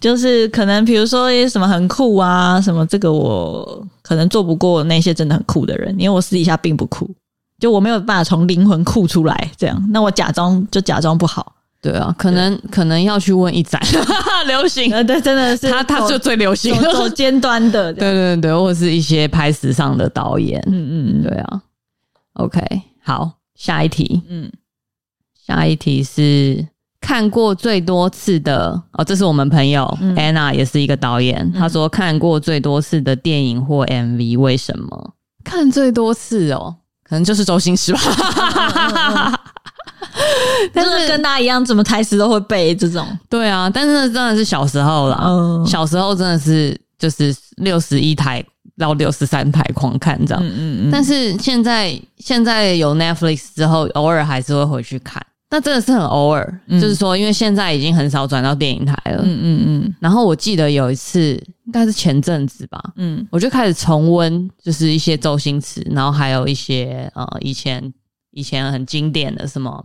就是可能比如说一些什么很酷啊，什么这个我可能做不过那些真的很酷的人，因为我私底下并不酷，就我没有办法从灵魂酷出来，这样，那我假装就假装不好。
对啊，可能可能要去问一展 流行，
呃，对，真的是
他他就
走
最流行，
走走尖端 的，
对对对，或是一些拍时尚的导演，
嗯嗯
对啊。OK，好，下一题。
嗯，
下一题是看过最多次的哦，这是我们朋友、
嗯
Anna，也是一个导演，她说看过最多次的电影或 MV，为什么？看最多次哦，可能就是周星 驰吧。
但是跟大家一样，怎么台词都会背这种，
对啊，但是真的是小时候啦，
嗯
小时候真的是就是六十一台到六十三台狂看这样。
嗯嗯
但
但
是现在现在有 Netflix 之后，偶尔还是会回去看。那真的是很偶尔，
嗯
就是说，因为现在已经很少转到电影台了。
嗯嗯
然后我记得有一次，应该是前阵子吧，
嗯
我就开始重温，就是一些周星驰，然后还有一些呃以前以前很经典的什么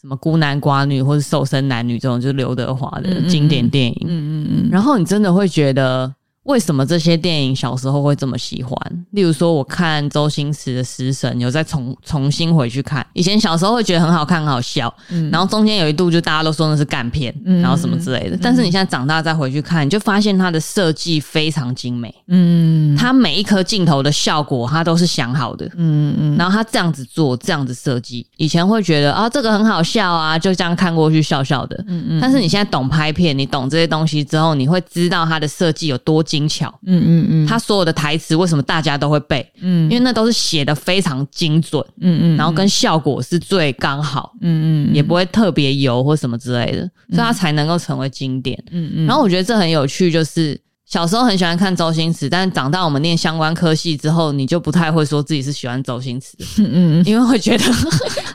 什么孤男寡女或是瘦身男女这种，就是刘德华的
嗯嗯
经典电影。
嗯嗯嗯嗯，
然后你真的会觉得，为什么这些电影小时候会这么喜欢？例如说，我看周星驰的《食神》，有再重重新回去看。以前小时候会觉得很好看、很好笑，
嗯
然后中间有一度就大家都说那是干片，
嗯
然后什么之类的。但是你现在长大再回去看，你就发现它的设计非常精美，
嗯
它每一颗镜头的效果它都是想好的。
嗯嗯
然后他这样子做，这样子设计，以前会觉得啊，这个很好笑啊，就这样看过去笑笑的。
嗯嗯
但是你现在懂拍片，你懂这些东西之后，你会知道它的设计有多精巧。
嗯嗯
它所有的台词为什么大家都会背？
嗯
因为那都是写的非常精准，
嗯嗯，
然后跟效果是最刚好，
嗯嗯
也不会特别油或什么之类的，所以它才能够成为经典。
嗯嗯，
然后我觉得这很有趣，就是小时候很喜欢看周星驰，但长大我们念相关科系之后，你就不太会说自己是喜欢周星驰的，
嗯嗯
因为会觉得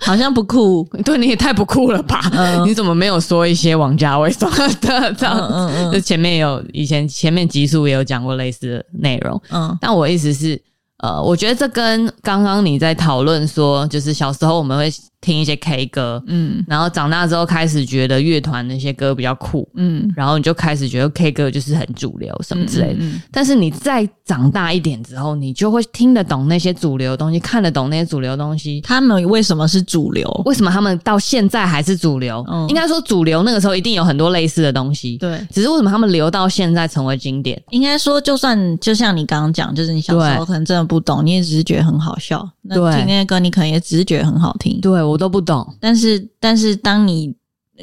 好像不酷，
对你也太不酷了吧？
嗯
你怎么没有说一些王家卫什么的这样子？
嗯嗯嗯
就前面有以前前面集数也有讲过类似的内容，
嗯
但我意思是，呃，我觉得这跟刚刚你在讨论说，就是小时候我们会听一些 K 歌，
嗯
然后长大之后开始觉得乐团那些歌比较酷，
嗯
然后你就开始觉得 K 歌就是很主流什么之类的。
嗯
但是你再长大一点之后，你就会听得懂那些主流的东西，看得懂那些主流的东西，
他们为什么是主流？
为什么他们到现在还是主流？
嗯
应该说主流那个时候一定有很多类似的东西，
对，
只是为什么他们留到现在成为经典？
应该说，就算就像你刚刚讲，就是你小时候可能真的不懂，你也只是觉得很好笑。那
对
听那些歌，你可能也只是觉得很好听。
对我都不懂。
但是，但是当你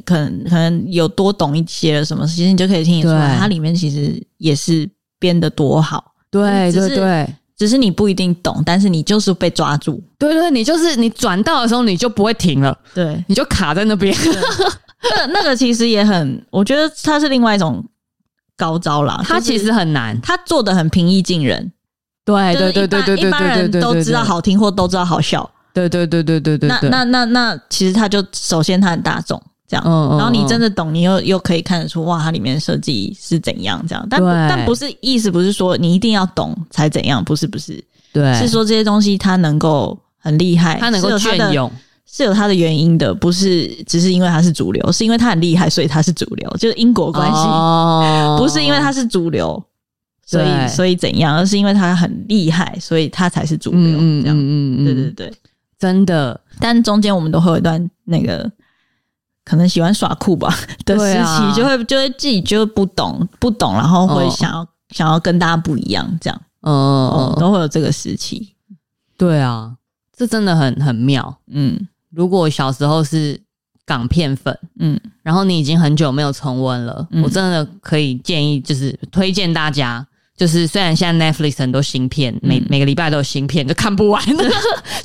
可能可能有多懂一些了什么，其实你就可以听得出来，
对
它里面其实也是编的多好，
对
只
对
是
对
只是你不一定懂，但是你就是被抓住。
对对，你就是你转到的时候你就不会停了，
对，
你就卡在那边。
那那个其实也很，我觉得它是另外一种高招啦。
它
就
其
是
实很难，哎
它做的很平易近人，
对对
就是
对
一般
对对对
一般
对对
人
对，
都知道好听或都知道好笑。
对，对对对对对
那
对，
那那那，其实它就首先它很大众这样，
嗯嗯
然后你真
的
的懂，你又又可以看得出哇，它里面的设计是怎样这样。但
对
但不是意思不是说你一定要懂才怎样，不是不是，
对，
是说这些东西它能够很厉害，
他能够
是有它
隽
的
永，
是有它的原因的，不是只是因为它是主流，是因为它很厉害，所以它是主流，就是因果关系，
哦
不是因为它是主流，所以
对
所以怎样，而是因为它很厉害，所以它才是主流，
嗯嗯
这样，
嗯嗯，
对对，对。
真的，
但中间我们都会有一段那个可能喜欢耍酷吧 的时
对啊
期，就会就会自己就不懂不懂，然后会
哦
想要、想要跟大家不一样，这样，
嗯
哦
嗯，，嗯
都会有这个时期，
对啊，这真的很很妙。
嗯
如果小时候是港片粉，
嗯，
然后你已经很久没有重温了，
嗯
我真的可以建议，就是推荐大家，就是虽然现在 Netflix 很多新片，每、
嗯
每个礼拜都有新片，就看不 完，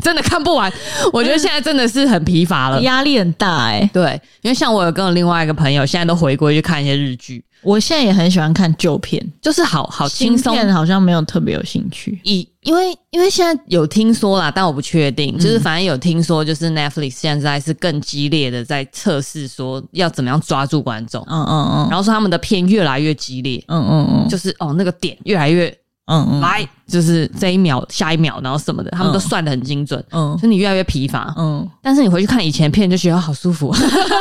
真的看不完。我觉得现在真的是很疲乏了。
压力很大哎、
对，因为像我有跟我另外一个朋友，现在都回归去看一些日剧，
我现在也很喜欢看旧片，
就是好好哦轻松
新片啊好像没有特别有兴趣。
以因为因为现在有听说啦，但我不确定，
嗯
就是反正有听说，就是 Netflix 现在是更激烈的在测试，说要怎么样抓住观众，
嗯嗯嗯
然后说他们的片越来越激烈，
嗯嗯嗯，
就是哦那个点越来越
嗯嗯
来，就是这一秒下一秒，然后什么的，他们都
嗯
算的很精准，
嗯
所以你越来越疲乏。
嗯。
但是你回去看以前片，就觉得好舒服。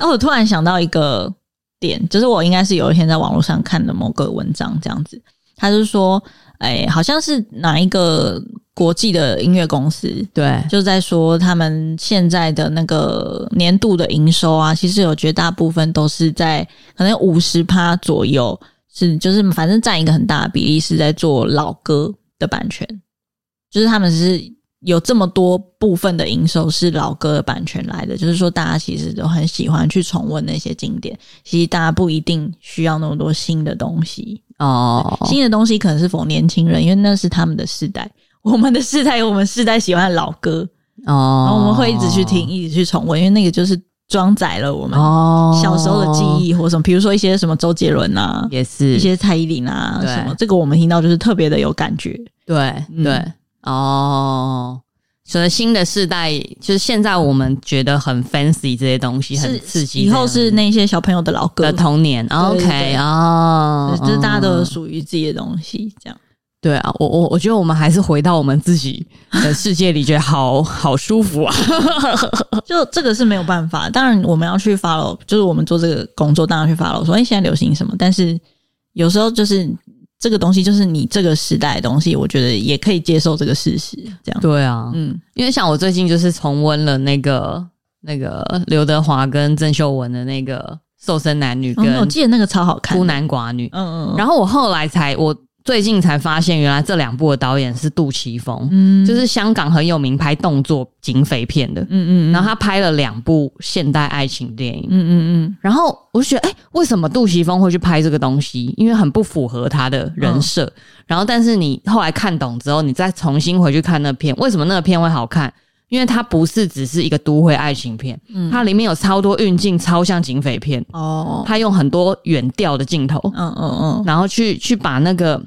哦，我突然想到一个点，就是我应该是有一天在网络上看的某个文章，这样子，他就说，哎、好像是哪一个国际的音乐公司。
对
就在说他们现在的那个年度的营收啊，其实有绝大部分都是在可能五十趴左右，是就是反正占一个很大的比例是在做老歌的版权，就是他们是有这么多部分的营收是老歌的版权来的，就是说大家其实都很喜欢去重温那些经典，其实大家不一定需要那么多新的东西，
哦，
新的东西可能是否年轻人，因为那是他们的世代。我们的世代，有我们世代喜欢的老歌，
哦
然后我们会一直去听，一直去重温，因为那个就是装载了我们
哦
小时候的记忆或什么，比如说一些什么周杰伦啊，
也是
一些蔡依林啊
对
什么，这个我们听到就是特别的有感觉。
对
嗯
对、哦，所以新的世代就是现在我们觉得很 fancy 这些东西很刺激，
以后是那些小朋友的老歌
的，童年
对对
OK 哦，
就是大家都有
嗯
属于自己的东西，这样。
对啊，我我我觉得我们还是回到我们自己的世界里，觉得好 好舒服啊。
就这个是没有办法，当然我们要去 follow，就是我们做这个工作，当然去 follow 说，哎、现在流行什么？但是有时候就是这个东西，就是你这个时代的东西，我觉得也可以接受这个事实，这样。
对啊，
嗯
因为像我最近就是重温了那个那个刘德华跟郑秀文的那个瘦身男女
嗯，我
跟
记得那个超好看
孤
的，
男寡女，
嗯嗯，嗯
然后我后来才，我最近才发现，原来这两部的导演是杜琪峰，
嗯
就是香港很有名拍动作警匪片的。
嗯嗯，
然后
他
他拍了两部现代爱情电影，
嗯嗯嗯
然后我就觉得，哎、为什么杜琪峰会去拍这个东西？因为很不符合他的人设。
嗯
然后，但是你后来看懂之后，你再重新回去看那片，为什么那个片会好看？因为它不是只是一个都会爱情片，
嗯
它里面有超多运镜，超像警匪片，
哦，
它用很多远调的镜头，
嗯嗯嗯
然后去去把那个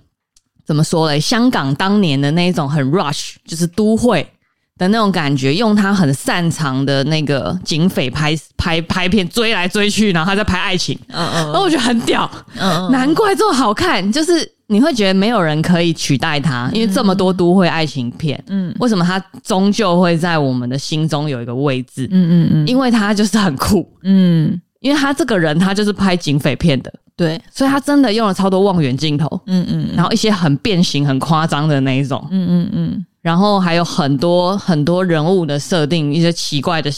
怎么说嘞，香港当年的那一种很 rush，就是都会的那种感觉，用他很擅长的那个警匪拍拍拍片追来追去，然后他在拍爱情，
嗯
然后我觉得很屌，
嗯
难怪这么好看，就是你会觉得没有人可以取代他，因为这么多都会爱情片，
嗯
为什么他终究会在我们的心中有一个位置？
嗯嗯嗯
因为他就是很酷，
嗯，
因为他这个人他就是拍警匪片的，
对，
所以他真的用了超多望远镜头。
嗯嗯
然后一些很变形、很夸张的那一种，
嗯嗯嗯
然后还有很多很多人物的设定，一些奇怪的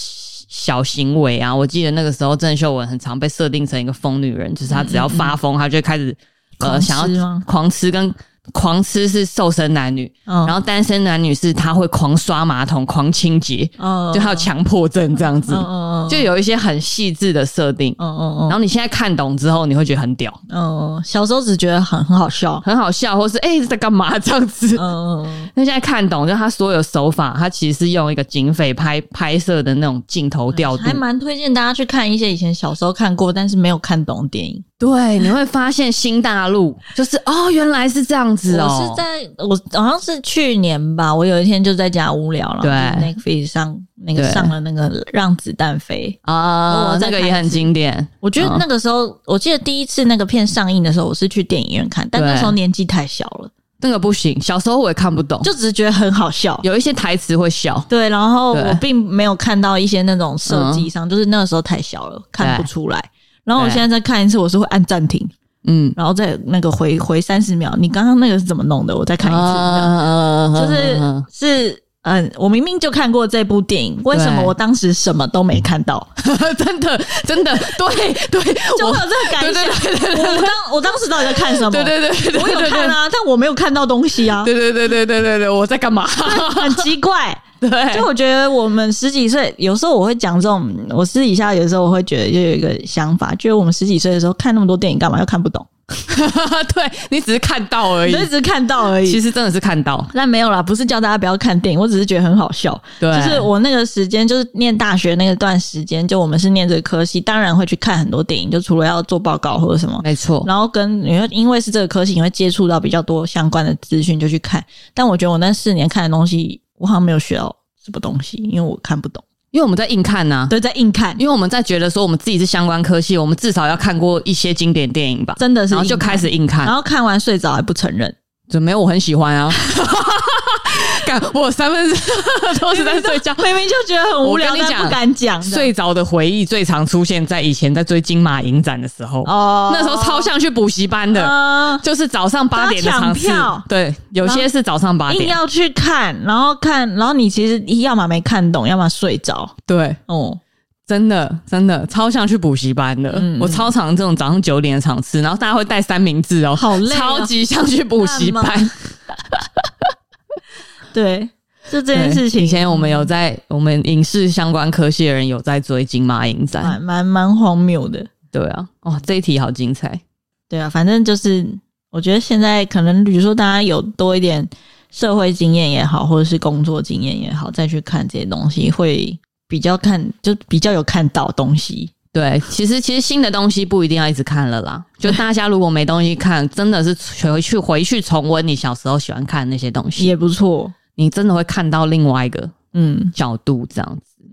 小行为啊。我记得那个时候郑秀文很常被设定成一个疯女人，就是她只要发疯，她就会开始呃
嗯狂吃
想要
吗
狂吃，跟狂吃是瘦身男女，
嗯，
然后单身男女是她会狂刷马桶、狂清洁，
后
就她有强迫症这样子
嗯，嗯嗯，
就有一些很细致的设定。
嗯嗯嗯
然后你现在看懂之后，你会觉得很屌，
嗯，小时候只觉得很很好笑，
很好笑，或是哎、在干嘛这样子。
嗯嗯
那现在看懂，就他所有手法，他其实是用一个警匪拍拍摄的那种镜头调
嗯，
度
还，蛮推荐大家去看一些以前小时候看过但是没有看懂的电影，
对，你会发现新大陆，就是哦，原来是这样子哦。
我是在我好像是去年吧，我有一天就在家无聊了，
对
，Netflix 上那个
对
上了那个《让子弹飞》，
啊、
我在
那个
看
也很经典。
我觉
嗯
得那个时候，我记得第一次那个片上映的时候，我是去电影院看，但
对
那时候年纪太小了，
那个不行，小时候我也看不懂，
就只是觉得很好笑。
有一些台词会笑。
对，然后
对嗯
我并没有看到一些那种设计上，就是那个时候太小了，看不出来。然后我
对
现在再看一次，我是会按暂停，
嗯，
然后再那个回回三十秒。你刚刚那个是怎么弄的？我再看一次。这样
啊
就是是嗯，我明明就看过这部电影，为什么
对
我当时什么都没看 到？
真的真的，对对，
就
我
会有这个感
对对
想。我我当我当时到底在看什么？
对对对对对，
我有
对
看，啊，但我没有看到东西啊，
对对对对对对对，我在干嘛？
很奇怪。
对，
就我觉得我们十几岁，有时候我会讲这种，我私底下有时候我会觉得就有一个想法，觉得我们十几岁的时候看那么多电影干嘛？又看不懂，
对你只是看到而已
就，一直看到而
其
已。
实真的是看到。
但没有啦，不是叫大家不要看电影，我只是觉得很好笑。
对
就是我那个时间，就是念大学那个段时间，就我们是念这个科系，当然会去看很多电影，就除了要做报告或者什么，
没错，
然后跟你会因为是这个科系，你会接触到比较多相关的资讯，就去看。但我觉得我那四年看的东西，我好像没有学到什么东西，因为我看不懂，
因为我们在硬看呐、
对，在硬看，
因为我们在觉得说我们自己是相关科系，我们至少要看过一些经典电影吧，
真的是
然后就
硬看
开始硬看
然。后看完睡着还不承认，
怎没有？我很喜欢啊！ 干，我有三分之 都是在睡觉。
明明就觉得很无聊，
我跟你讲
但不敢 讲，
睡着的回忆最常出现在以前在追金马影展的时候，
哦
那时候超像去补习班的，
嗯
就是早上八点的尝试
他抢票。
对，有些是早上八
硬
点。
要去看，然后看，然后你其实要么没看懂，要么睡着。
对，
哦，
真的真的超像去补习班的。
嗯
我超常这种早上九点的场次，然后大家会带三明治哦，
好累哦
超级像去补习
干
班。
对，就 这
对
件事情，
以前我们有在我们影视相关科系的人有在追金马影展，
蛮蛮蛮荒谬的。
对啊，哇，这一题好精彩。
对啊，反正就是我觉得现在可能，比如说大家有多一点社会经验也好，或者是工作经验也好，再去看这些东西，会比较看，就比较有看到东西。
对，其实其实新的东西不一定要一直看了啦。就大家如果没东西看，真的是回去回去重温你小时候喜欢看的那些东西，
也不错。
你真的会看到另外一个
嗯，
角度这样子。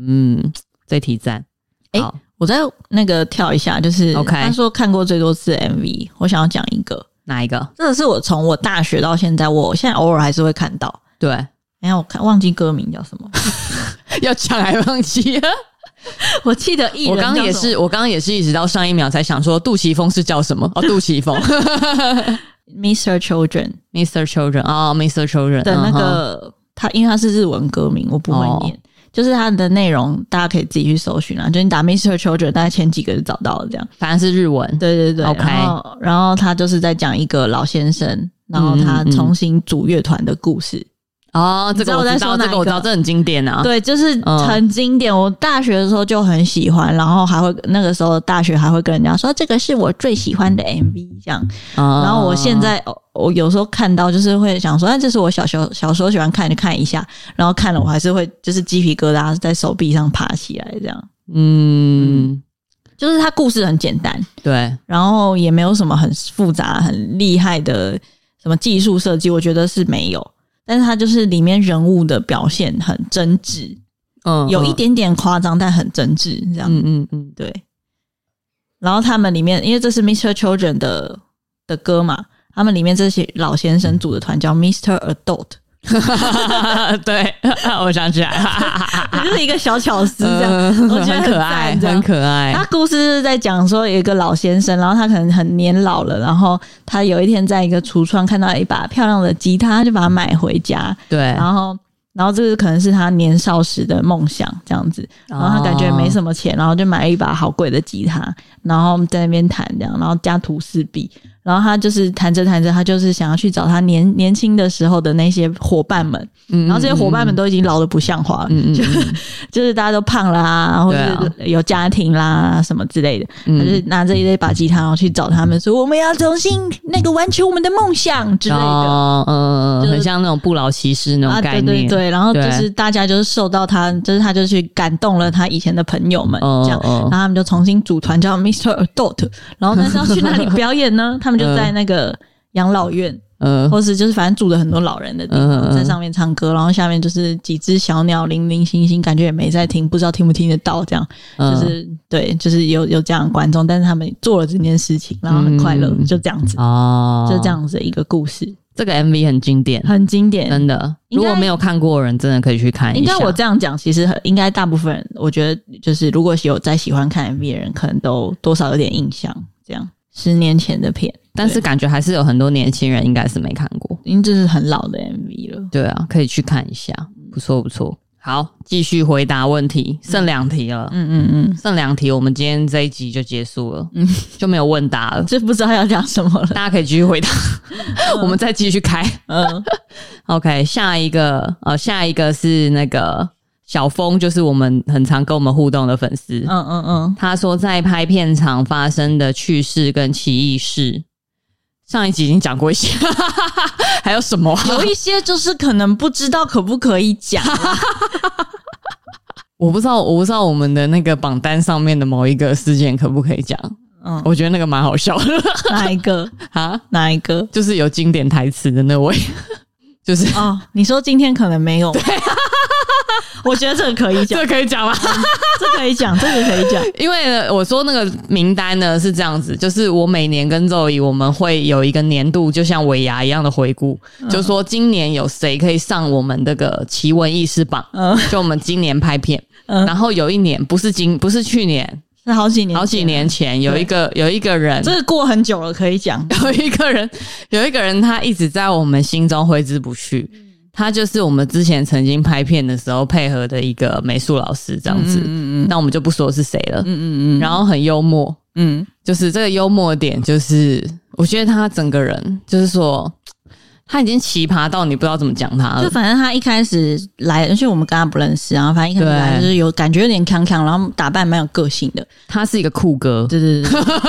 嗯，这题赞。
诶
好
我再那个跳一下，就是
OK
他说看过最多次的 MV，我想要讲一个，
哪一个？
这个是我从我大学到现在，我现在偶尔还是会看到。
对，
哎呀，我看忘记歌名叫什么，
要抢还忘记了。
我记得 艺 人
我刚刚也
叫什么
是，我刚刚也是一直到上一秒才想 说杜琪峰是叫什么哦，杜琪峰
Mr. Children
，Mr. Children 啊、m r Children
的那
嗯哼哦
个，他因为他是日文歌名，我不会念，就是它的内容大家可以自己去搜寻啊，就你打 Mr. Children，大概前几个就找到了这样。
反正是日文。
对对对
OK
然后然后他就是在讲一个老先生，然后他
嗯嗯嗯
重新组乐团的故事。
哦，这
知
个
道
我
我在
知道，
说哪
这
一
个我知道，
个
这很经典啊。
对，就是很经典。我大学的时候就很喜欢，然后还会那个时候大学还会跟人家说这个是我最喜欢的 MV 这样。
嗯，
然
然
后我现在哦我有时候看到就是会想说，哎，这是我小时候小时候喜欢看，就看一下。然后看了我还是会就是鸡皮疙瘩在手臂上爬起来，这样。
嗯，
就是它故事很简单，
对，
然后也没有什么很复杂、很厉害的什么技术设计，我觉得是没有。但是它就是里面人物的表现很真挚，
嗯
有一，点点夸张，但很真挚，这样、
嗯嗯嗯，
对。然后他们里面，因为这是 Mr. Children 的的歌嘛，他们里面这些老先生组的团叫 Mr. Adult，
嗯 对，我想起来，
就是一个小巧思这样，
嗯
我觉得
很可爱，
赞这样啊
很可爱
他。故事是在讲说，有一个老先生，然后他可能很年老了，然后他有一天在一个橱窗看到一把漂亮的吉他，他就把它买回家，
对，
然后。然后这个可能是他年少时的梦想，这样子。然后他感觉
哦
没什么钱，然后就买了一把好贵的吉他，然后在那边弹这样，然后加吐司币。然后他就是谈着谈着，他就是想要去找他年年轻的时候的那些伙伴们，
嗯
然后这些伙伴们都已经老的不像话了，
嗯嗯
就 就是大家都胖啦，然后
对啊
就是有家庭啦什么之类的，
嗯
他就是拿着一把吉他，然后去找他们说我们要重新那个完成我们的梦想之类的。
哦，嗯、
就是
很像那种不老骑士那
啊，
种概
对
念，
对对，然后就
对
是大家就是受到他，就是他就去感动了他以前的朋友们，
哦
这样，
哦
然后他们就重新组团叫 Mr. Adult，然后但是要去哪里表演呢？他们就在那个养老院，
嗯
或是就是反正住着很多老人的地
嗯嗯
方，
嗯
在上面唱歌，然后下面就是几只小鸟零零星星，感觉也没在听，不知道听不听得到，这样就
嗯
是、对，就是有有这样的观众，但是他们做了这件事情，然后很快乐，
嗯
就这样子，
哦，
就这。样子的一个故事，
这个 MV 很经典，
很经典。
真的。
应
如
该
果没有看过的人，真的可以去看一下。
应该我这样讲，其实很应该大部分人，我觉得就是如果有在喜欢看 MV 的人，可能都多少有点印象。这样十年前的片，
但是感觉还是有很多年轻人应该是没看过。
因为这是很老的 MV 了。
对啊，可以去看一下，
嗯
不错不错。好，继续回答问题，剩两题了。
嗯嗯嗯，
剩两题，我们今天这一集就结束了，嗯，就没有问答 了。
这不知道要讲什么了。
大家可以继续回答，我们再继续开。
嗯
OK，下一个呃，下一个是那个小峰，就是我们很常跟我们互动的粉丝。
嗯嗯嗯，
他说在拍片场发生的趣事跟奇异事，上一集已经讲过一些， 还有什么啊、
有一些就是可能不知道可不可以讲，
我不知道，我不知道我们的那个榜单上面的某一个事件可不可以讲？
嗯
我觉得那个蛮好笑的
哪一个
啊，
哪一个？
就是有经典台词的那位， 就是
哦，你说今天可能没有吗， 我觉得这个可以
这
讲，
个可以讲吗？
这可以讲，这个可以讲。
因为呢我说那个名单呢是这样子，就是我每年跟周怡我们会有一个年度，就像尾牙一样的回顾，
嗯
就说今年有谁可以上我们这个奇闻异事榜，
嗯
就我们今年拍片。
嗯
然后有一年不是今不是去年，
是 好几年，
好几，年前有一个有一个人，
这个过很久了，可以讲。
有一个人有一个人他一直在我们心中挥之不去。他就是我们之前曾经拍片的时候配合的一个美术老师，这样子。
嗯嗯
那我们就不说是谁了。
嗯嗯
然后很幽默，
嗯
就是这个幽默点，就是我觉得他整个人就是说，他已经奇葩到你不知道怎么讲他
嗯，就
了。
反正他一开始来，因为我们跟他不认识，然后反正一开始来
对
就是有感觉有点康康，然后打扮蛮有个性的，
他是一个酷哥，
对对对对。对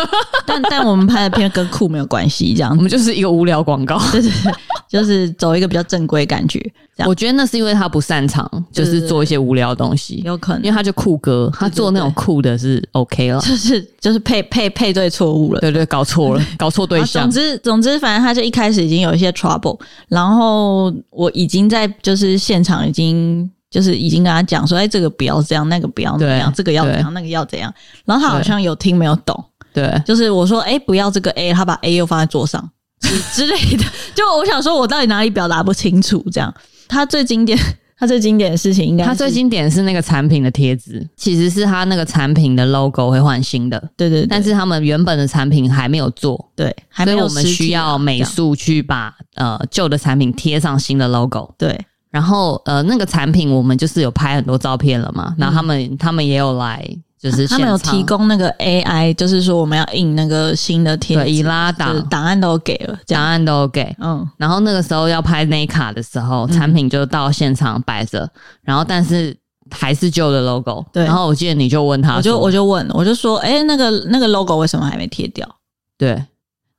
但但我们拍的片跟酷没有关系，这样
我们就是一个无聊广 告。
对对对，就是走一个比较正规感觉，这样
我觉得那是因为他不擅长，就
对
是
对
做一些无聊的东西，
有可
因为
能
他就酷哥，他做那种酷的是 OK 了。
就是就是配配配对错误了。
对对，搞错了，搞错对
啊
象
总。之，总之，反正他就一开始已经有一些 trouble，然后我已经在就是现场已经就是已经跟他讲说，哎，这个不要这样，那个不要那样，
对
这个要怎
对
样，那个要怎样。然后他好像有听没有懂，
对，
就是我说，哎，不要这个 A，他把 A 又放在桌上之之类的。 就我想说，我到底哪里表达不清楚？这样，他最经典， 他最经典的事情应该
他
是
最经典是那个产品的贴纸，其实是他那个产品的 logo 会换新的，
对对，对
但是他们原本的产品还没有做，
对还没
所以
有
我们
实体
需要
啊
美
这样
术去把呃旧的产品贴上新的 logo，
对
然后呃那个产品我们就是有拍很多照片了嘛，然后他们、他们也有来就是
嗯啊他们有
现场
提供那个 AI，就是说我们要印那个新的贴
对
纸
以拉档
就是档案都给了，这
档
样，
案都有给。
嗯，
然后那个时候要拍那一卡的时候，产品就到现场摆着，然后但是还是旧的 logo。
对
然后我记得你就问他说，
我就我就问，我就说，哎、那个那个 logo 为什么还没贴掉？
对，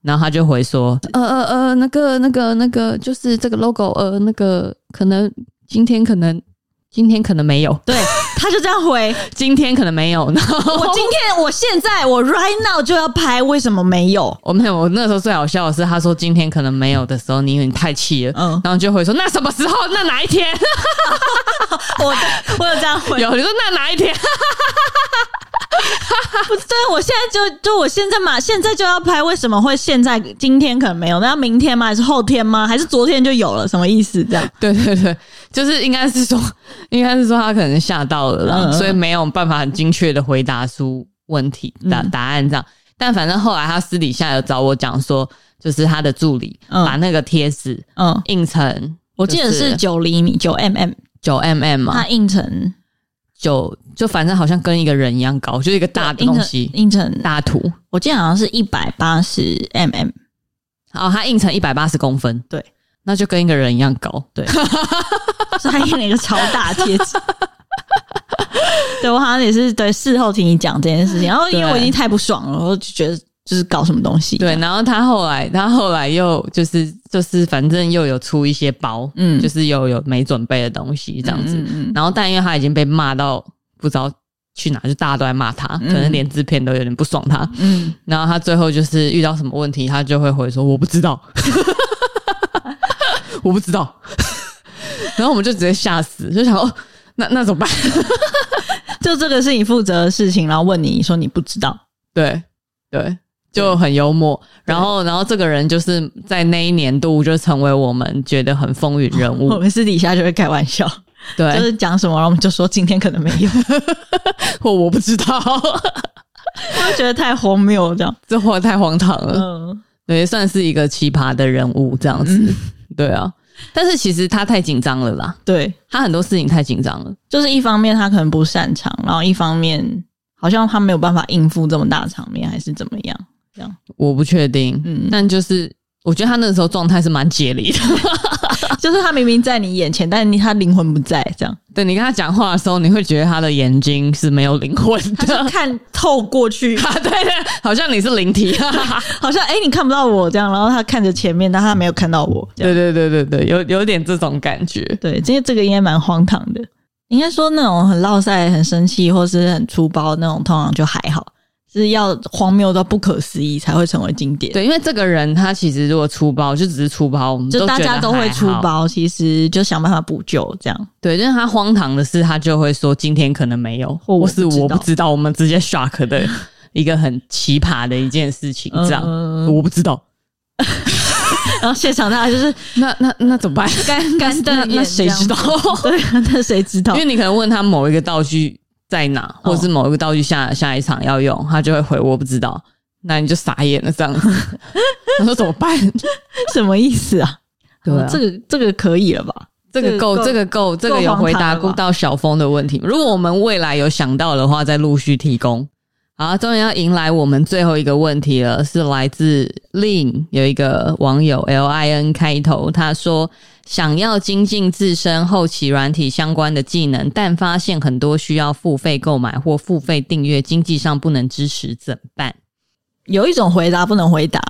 然后他就回说，呃呃呃，那个那个那个，就是这个 logo，呃，那个可能今天可能今天可能没 有，
对，他就这 样回，
今天可能没 有。然后
我今天我现在我 right now 就要拍，为什么没有？
我没有，我那时候最好笑的是，他说今天可能没有的时候，你有点太气了，
嗯，
然后就会说那什么时候？那哪一天？
我我有这样回，
有你说那哪一天？
不是对我现在就就我现在嘛，现在就要拍，为什么会现在今天可能没有？那要明天吗？还是后天吗？还是昨天就有了？什么意思？这样，
对对对，就是应该是说， 应该是说他可能吓到了啦，
嗯嗯
所以没有办法很精确的回答出问题
嗯
答答案这样。但反正后来他私底下有找我讲说，就是他的助理
嗯
把那个贴纸
嗯，
印成，
我记得是九厘米九 mm，
九 mm 嘛
它，印成
九就反正好像跟一个人一样高，就是一个大的
印
东
成
西，
印成
大图。
我记得好像是一百八十 mm，
然后哦他硬成一百八十公分，
对，
那就跟一个人一样高。
所以他印了一个超大的贴纸。 对我好像也是对事后听你讲这件事情，然后因为
对
我已经太不爽了，我就觉得就是搞什么东西。
对，，然后他后来，他后来又就是就是，反正又有出一些包，
嗯
就是又有没准备的东西这样子。
嗯嗯嗯
然后，但因为他已经被骂到不知道去哪，就大家都在骂他，可能连制片都有点不爽他。
嗯，
然后他最后就是遇到什么问题，他就会回说我不知道， 我不知道。 然后我们就直接吓死，就想哦，那那怎么办？
就这个是你负责的事情，然后问你说你不知道，
对对，就很幽默。然后，然后这个人就是在那一年度就成为我们觉得很风云人
我
物。
们私底下就会开玩笑，就
嗯对，
是讲什么，然后我们就说今天可能没有，
或我不知道，
就觉得太荒谬这样。
这话太荒唐了。
嗯，
对，算是一个奇葩的人物这样子。对啊，但是其实他太紧张了啦，
对，
他很多事情太紧张了。
就是一方面他可能不擅长，然后一方面好像他没有办法应付这么大的场面，还是怎么样？
我不确定，
嗯
但就是我觉得他那时候状态是蛮解离 的。
就是他明明在你眼前，但是你他灵魂不在，这样
对你跟他讲话的时候，你会觉得他的眼睛是没有灵魂
他就
的。
看透过去，
啊，对对，好像你是灵体，
好像哎、诶你看不到我这样，然后他看着前面，但他没有看到我，这样
对对对对对，有有点这种感觉。
对，这这个应该蛮荒唐的。应该说那种很落赛、很生气或是很粗暴那种，通常就还好，是要荒谬到不可思议才会成为经典。
对，因为这个人他其实如果出包，就只是出包，我们
就大
觉
家
得
都会
还
出
好。
包，其实就想办法补救，这样
对，但是他荒唐的是，他就会说今天可能没有，
或
或
我不知
是
道
我不知道，我们直接 shock 的一个很奇葩的一件事情，这样、
嗯
我不知道。
然后现场大家就是
那那那怎么 办？
干干瞪
那
眼，
那谁知道？？
对啊，那谁知道
因为？你可能问他某一个道具在哪，
哦
或是某一个道具下下一场要用，他就会回我不知道，那你就傻眼了这样 子。他说怎么办？
什么意思啊？
对啊
这个这个可以了吧？
这个够，这个够，这个有回答过到小峰的问题吗。如果我们未来有想到的话，再陆续提供。好，终于要迎来我们最后一个问题了，是来自 Lin 有一个网友 L I N 开头，他说想要精进自身后期软体相关的技能，但发现很多需要付费购买或付费订阅，经济上不能支持，怎么办？
有一种回答不能回答，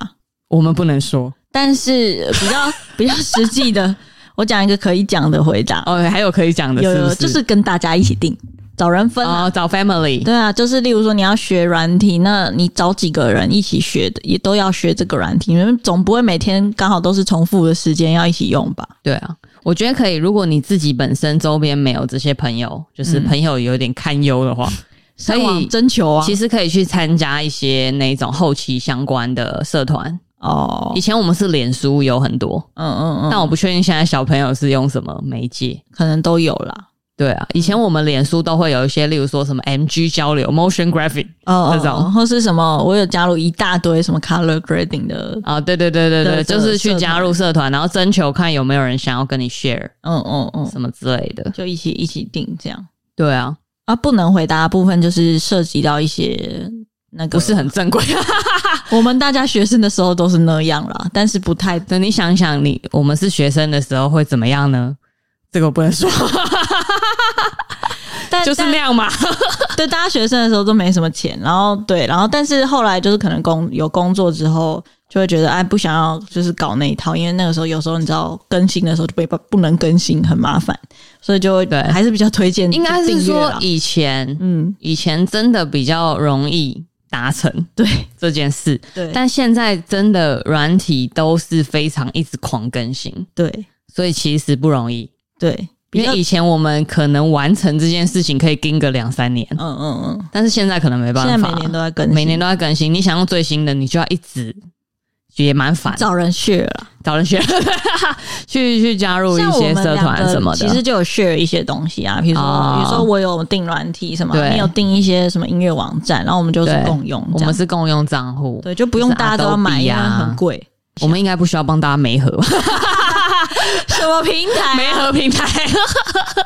我们不能说
但是比较比较实际的，我讲一个可以讲的回答。
哦，还有可以讲的
有
是不
有，
是？
就是跟大家一起定，找人分、啊。
哦，找 family，
对啊，就是例如说你要学软体，那你找几个人一起学的，也都要学这个软体，因为总不会每天刚好都是重复的时间要一起用吧？
对啊，我觉得可以。如果你自己本身周边没有这些朋友，
嗯
就是朋友有点堪忧的话，
上
可
网
以
征求啊，
其实可以去参加一些那种后期相关的社团。
哦
以，前我们是脸书有很多，
嗯嗯嗯，
但我不确定现在小朋友是用什么媒介。
可能都有啦。
对啊，以前我们脸书都会有一些，例如说什么 MG 交流、Motion Graphic
哦，
这种
哦或是什么，我有加入一大堆什么 color grading 的，
啊，对对对对
对
对，
这
就是去
社团
加入社团，然后征求看有没有人想要跟你 share
嗯嗯嗯，
什么之类的。
就一起一起定这样
对啊，
啊。不能回答的部分就是涉及到一些那个，
不是很正规。啊
我们大家学生的时候都是那样啦，但是不太
等你想想你，我们是学生的时候会怎么样呢？这个我不能说，
但
就是那样嘛。
但 对，大家学生的时候都没什么钱，然后对，然后但是后来就是可能工有工作之后，就会觉得哎，不想要就是搞那一套，因为那个时候有时候你知道更新的时候就被不能更新，很麻烦，所以就会
对
还是比较推荐
应该是
订阅
说
啦
以前，
嗯，
以前真的比较容易达成
对
这件事，
对，
但现在真的软体都是非常一直狂更新，
对
所以其实不容易。
对，比
因
较
为以前我们可能完成这件事情可以盯个两三年，
嗯嗯嗯，
但是现在可能没办
现
法，
在每年都在更新，
每年都在更新。你想用最新的，你就要一直，也蛮烦的。
找人 share 了，
找人学， 去去加入一
像我
些
们
社
两
团
个
什么的。
其实就有 share 一些东西啊，比如说、
哦
比如说我有订软体什么，
对
你有订一些什么音乐网站，然后我们就是
对
共用，
我
这样
们是共用账户，
对，就不用大家都要买，
就是 Adobe
因为
啊
很 贵。
我们应该不需要帮大家媒合吧？
什么平台、
媒
啊？
合平台，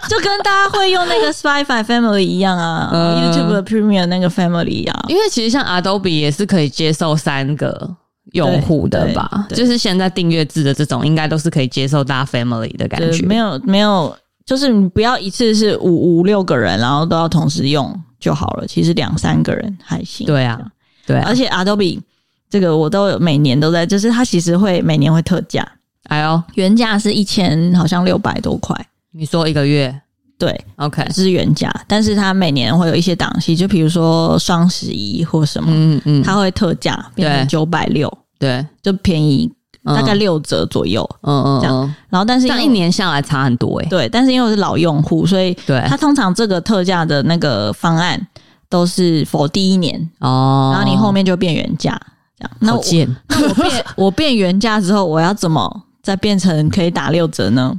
就跟大家会用那个 Spotify Family 一样啊、
嗯
y o u t u b e 的 Premium 那个 Family 一样。
因为其实像 Adobe 也是可以接受三个用户的
对
吧？
对
就是现在订阅制的这种，应该都是可以接受大家 family 的感
就是
觉。
没有没有，就是你不要一次是五五六个人，然后都要同时用就好了。其实两三个人还行。
对啊，对啊
而，且 Adobe 这个我都有每年都在，就是它其实会每年会特价，
哎呦，
原价是一千好像六百多块，
你说一个月
对，
，OK，
是原价，但是它每年会有一些档期，就比如说双十一或什么，
嗯嗯，
它会特价变成九百六，
对，
就便宜
嗯
大概六折左右。
嗯嗯
这
嗯，
然后但是
这
因
样
为
一年下来差很多哎、
对，但是因为我是老用户，所以
对，
它通常这个特价的那个方案都是否第一年，
哦，
然后你后面就变原价这样。那
好
我
贱，
那我变 我变原价之后，我要怎么再变成可以打六折呢？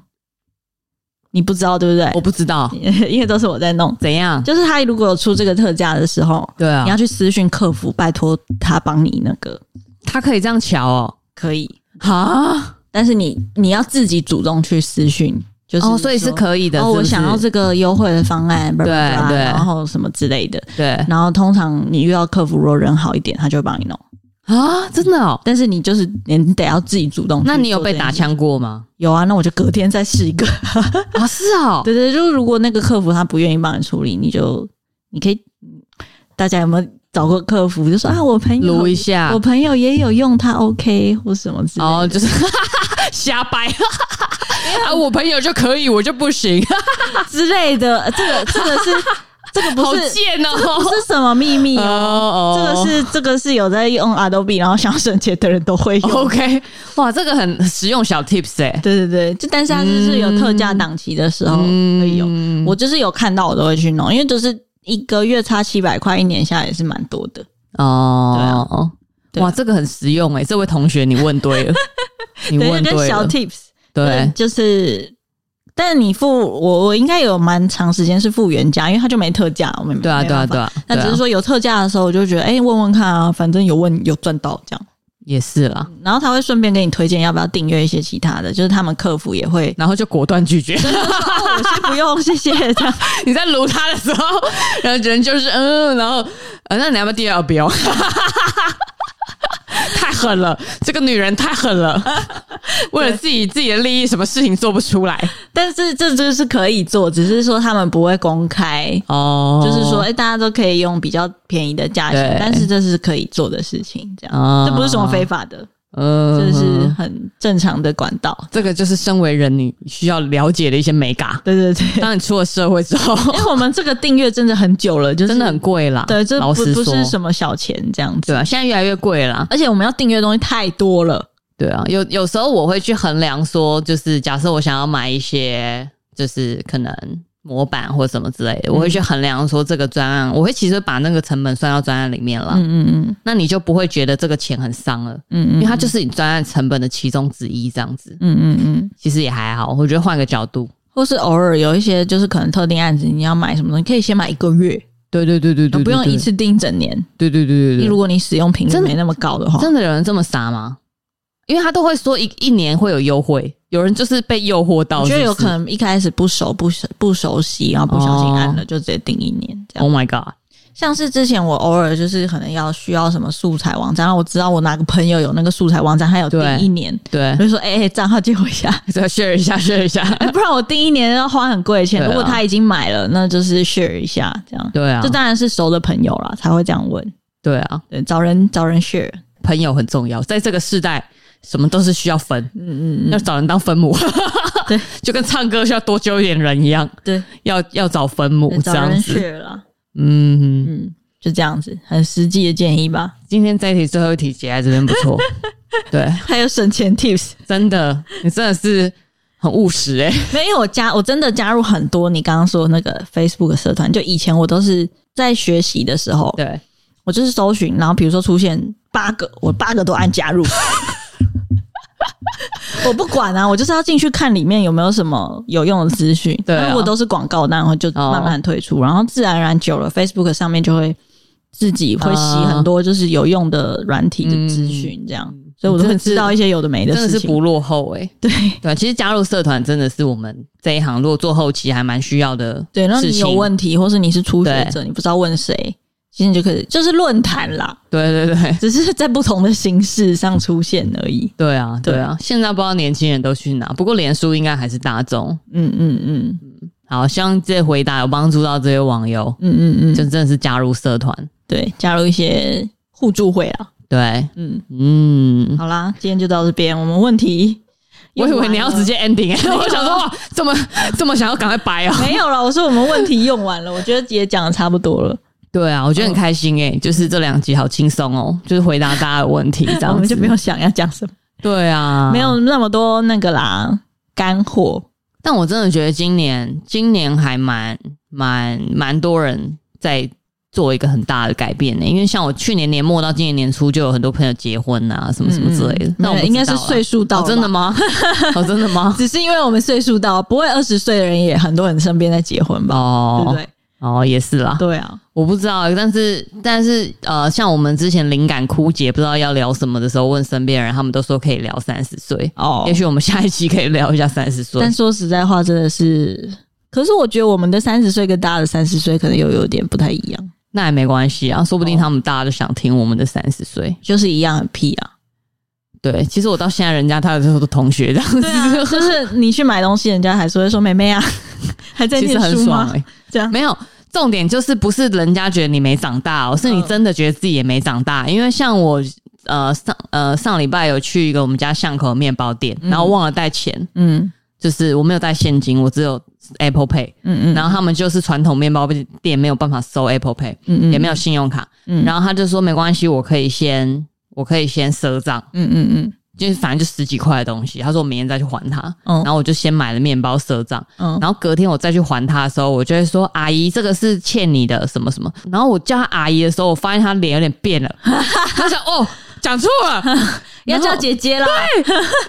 你不知道对不
我不知道
对？ 因为都是我在弄。
怎样，
就是他如果有出这个特价的时候，
对啊
你要，去私讯客服，拜托他帮你那个
他可以这样瞧 哦，
可以，
哈，
但是你你要自己主动去私讯，就是
哦，所以是
说
可以的，
哦，
是不
我
是
想要这个优惠的方案，对
对
然后什么之类的。
对
然后通常你遇到客服，如果人好一点，他就会帮你弄。
啊，真的哦，
但是你就是你得要自己主动。
那你有被打？枪过吗？
有啊，那我就隔天再试一 个。
啊，是哦，
对对，就是如果那个客服他不愿意帮你处理，你就你可以，大家有没有找过客服？就说啊，我朋友
撸一下
我，朋友也有用，他 OK 或什么之类的。
哦，就是 瞎掰， 啊，我朋友就可以，我就不行，
之类的，呃这 个这个是这个
好
不是
贱
不
哦，
是什么秘密
哦
哦。这
哦
个是这个是有在用 Adobe，然后想要省钱的人都会用。
哦 OK，哇，这个很实用小 tips 哎，
对对对，就但是它就是有特价档期的时候哦会有。
嗯
我就是有看到我都会去弄，因为就是一个月差七百块，一年下来也是蛮多的。
哦，哦
对啊
哇，这个很实用哎，这位同学你问对 了，你
对，
问
就跟
对
小
了，
tips。
对，
就是，但你付我，我应该有蛮长时间是付原价，因为它就没特价，我们
对啊，
没
对啊，
办法
对啊，
那
对啊
只是说有特价的时候，我就觉得哎、问问看啊，反正有问有赚到这样。
也是啦，。
然后他会顺便给你推荐要不要订阅一些其他的，就是他们客服也会
然后就果断拒绝。
哦，我先不用，谢谢。这样
你在撸他的时候， 然后人就是嗯，然后呃，那你要不要第二标？ 太狠了，这个女人太狠 了，为了自己自己的利益，什么事情做不出来
但是这就是可以做，只是说他们不会公开，
哦
就是说，哎、大家都可以用比较便宜的价钱
对，
但是这是可以做的事情，这样、
啊
这不是什么非法的，
呃
这是很正常的管道。
这个就是身为人你需要了解的一些美感。
对对 对，
当你出了社会之 后，
因为我们这个订阅真的很久了，就是
真的很贵啦。
对，这
老
不
实
不
说，
是什么小钱这样子，
对啊，现在越来越贵啦。
而且我们要订阅的东西太多了。
对啊，有有时候我会去衡量说，就是假设我想要买一些，就是可能模板或什么之类的，我会去衡量说这个专案，我会其实把那个成本算到专案里面了。
嗯嗯嗯
那你就不会觉得这个钱很伤了，
嗯
因
嗯
为它就是你专案成本的其中之一，这样子
嗯嗯嗯，
其实也还好。我觉得换个角度，
或是偶尔有一些就是可能特定案子，你要买什么东西，可以先买一个月，
对对对对
不用一，次订整年。
对对对
如果你使用频率
真的
没那么高的话，
真的有人这么傻吗？因为他都会说一一年会有优惠，有人哦就是被诱惑到
我觉得
是不
有
是
可能一开始不熟、不熟不熟悉，然后不小心
哦
按了，就直接订一年这样。
，Oh my god！
像是之前我偶尔就是可能要需要什么素材网站，然后我知道我哪个朋友有那个素材网站，他有订
对
一年，
对
我，就说：“哎、哎账号借我一下，哎
再 share 一下，share 一下。
不然我订一年要花很贵的钱。
对啊
如果他已经买了，那就是 share 一下这样。
对啊
这，当然是熟的朋友啦，才会这样问。
对啊，
对，找人找人 share。
朋友很重要，在这个世代，什么都是需要分，
嗯嗯嗯，
要找人当分母，
对，
就跟唱歌需要多揪一点人一样，
对，
要要找分母
找
这样
人
子。
share 啦。
嗯，
嗯，就这样子，很实际的建议吧。
今天这一题最后一题解在这边不 错，对，
还有省钱 tips，
真的，你真的是很务实欸诶、
没有因为我加我真的加入很多你刚刚说的那个 Facebook 社团，就以前我都是在学习的时候，
对，
我就是搜寻，然后比如说出现八个，我八个都按加入。 我不管啊，我就是要进去看里面有没有什么有用的资讯。
对啊哦
那如果都是广告，那我就慢慢退出，然后自然而然久了，Facebook 上面就会自己会洗
啊
很多就是有用的软体的
嗯
资讯，这样，所以我都会知道一些有的没的
真的
事
是
情。
不落后诶、
对
对，其实加入社团真的是我们这一行，如果做后期还蛮需要的
对，然后
事
你
情。
有问题，或是你是初学
对
者，你不知道问谁，其实你就可以就是论坛啦，
对对对，
只是在不同的形式上出现而已。
对啊对
对
啊，现在不知道年轻人都去哪，不过脸书应该还是大众。
嗯嗯嗯
好，希望这回答有帮助到这些网友，
嗯嗯嗯，
就
就
真的是加入社团。
对，加入一些互助会啦。
对，
嗯，
嗯，
好啦，今天就到这边，我们问题
我
用
以
完了。啊
为你要直接 ending，、欸、我想说哇这么这么想要赶快掰啊、
没有了，我说我们问题用完 了，我觉得也讲的差不多了，
对啊，我觉得很开心诶、就是这两集好轻松哦，就是回答大家的问题这样子，
我们就没有想要讲什么，
对啊，
没有那么多那个啦干货。
但我真的觉得今年，今年还蛮蛮蛮多人在做一个很大的改变呢、因为像我去年年末到今年年初，就有很多朋友结婚啊，什么什么之类的。那、我
没
不
有嗯应
知道啦
该是岁数到
哦
了吧、
真的吗？ 哦，真的吗？
只是因为我们岁数到，不会二十岁的人也很多人身边在结婚吧？对不
哦
对？
哦，也是啦，
对啊，
我不知道，但是但是呃，像我们之前灵感枯竭，不知道要聊什么的时候，问身边人，他们都说可以聊三十岁。
哦
也许我们下一期可以聊一下三十岁
但。说实在话，真的是，可是我觉得我们的三十岁跟大家的三十岁可能又有点不太一样，
那也没关系啊，说不定他们大家就想听我们的三十岁。
就是一样很屁啊。
对，其实我到现在人家他的都同学这样子，
对啊，就是你去买东西，人家还是会说妹 妹啊，还在
其
念
实很
书
爽
吗
哎、？欸。
这样，
没有，重点就是不是人家觉得你没长大哦，是你
嗯
真的觉得自己也没长大。因为像我，呃，上呃上礼拜有去一个我们家巷口的面包店，然后忘了带钱，
嗯
就是我没有带现金，我只有 Apple Pay。
嗯嗯，
然后他们就是传统面包店没有办法收 Apple Pay，、
嗯嗯
也没有信用卡。
嗯
然后他就说没关系，我可以先我可以先赊账，
嗯嗯嗯
就是反正就十几块的东西。他说我明天再去还他。
嗯
然后我就先买了面包赊账，
嗯
然后隔天我再去还他的时候，我就会说：“阿姨，这个是欠你的什么什么。”然后我叫他阿姨的时候，我发现他脸有点变了， 他想：“哦，讲错了，
要
然后
叫姐姐啦，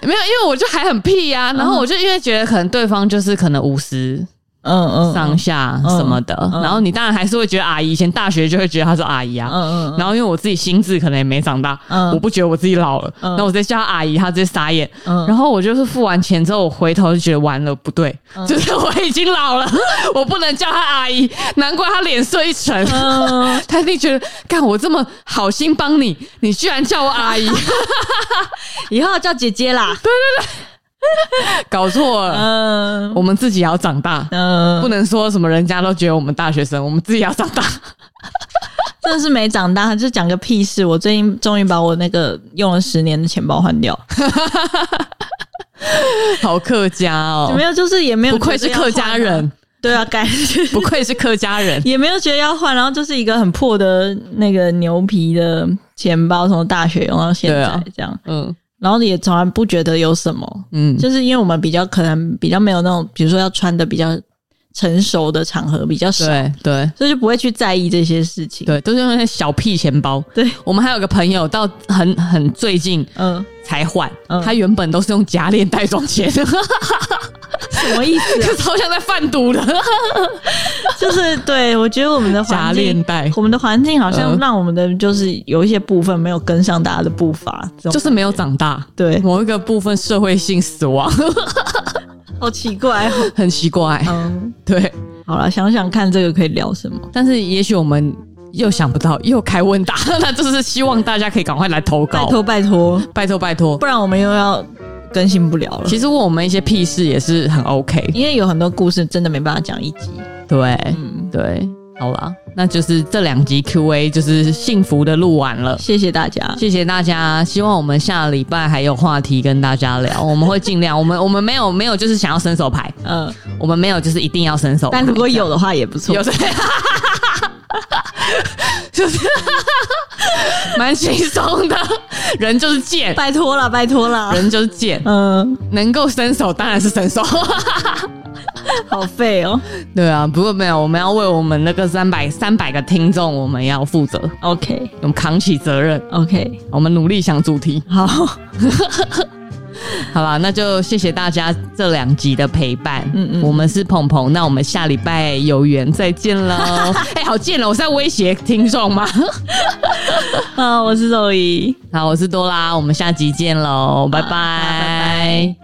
没有，因为我就还很屁呀、然后我就因为觉得可能对方就是可能五十
嗯嗯
上下什么的，然后你当然还是会觉得阿姨，以前大学就会觉得她是阿姨啊。
嗯嗯
然后因为我自己心智可能也没长大，
嗯
我不觉得我自己老了，然后我直接叫她阿姨，她直接傻眼。
嗯
然后我就是付完钱之后，我回头就觉得完了，不对，
嗯
就是我已经老了， 我不能叫她阿姨，难怪她脸色一沉。
嗯，
她一定觉得，干我这么好心帮你，你居然叫我阿 姨，
以后叫姐姐啦，
搞错了。
嗯
我们自己也要长大，不
嗯，
能说什么人家都觉得我们大学生，我们自己也要长 大。
真的是没长大，就讲个屁事。我最近终于把我那个用了十年的钱包换掉，
好客家
有没
哦，
有？就是也没有，
不愧是客家人，，
啊对啊，感觉。
不愧是客家人
也没有觉得要换，然后就是一个很破的那个牛皮的钱包，从大学用到现
对
在
啊
这样，
嗯
然后也从来不觉得有什么，
嗯，
就是因为我们比较可能比较没有那种，比如说要穿的比较成熟的场合比较少，
对对
所以就不会去在意这些事情。
对，都是用那些小屁钱包。
对，
我们还有个朋友到很很最近
嗯，
才换，
嗯啊
他原本都是用假链袋装钱，
什么意思、啊？
超像在贩毒的。
嗯就是对我觉得我们的
夹
环
链
境，
带
我们的环境好像
嗯
让我们的就是有一些部分没有跟上大家的步伐，这种
就是没有长大，
对，
某一个部分社会性死亡，
好奇怪哦。
很奇怪。
嗯，
对，
好了，想想看这个可以聊什么。
但是也许我们又想不到，又开问答， 那就是希望大家可以赶快来投
拜
稿，
托拜托，
拜托拜托
不。然我们又要更新不了了。
其实问我们一些屁事也是很 OK，
因为有很多故事真的没办法讲一集。
对、
嗯，
对，好啦，那就是这两集 Q&A 就是幸福的录完了。
谢谢大家。
谢谢大家，希望我们下礼拜还有话题跟大家聊，我们会尽量，我们我们没有没有就是想要伸手牌，
嗯、
我们没有就是一定要伸手牌，
但如果有的话也不错。
哦有这样， 就是 蛮轻松的，人就是贱，
拜托啦，拜托啦。
人就是贱，
嗯、
能够伸手当然是伸手。
好废哦。
对啊，不过没有，我们要为我们那个三百三百个听众，我们要负责，
OK
我们扛起责任，
OK，
我们努力想主题。
好，
好吧，那就谢谢大家这两集的陪伴。
嗯
嗯嗯，
嗯
我们是鹏鹏，那我们下礼拜有缘再见 喽。哎、好贱了，我是在威胁听众 吗？
啊，我是肉姨。
好，我是多拉，我们下集见喽，拜
好拜
拜。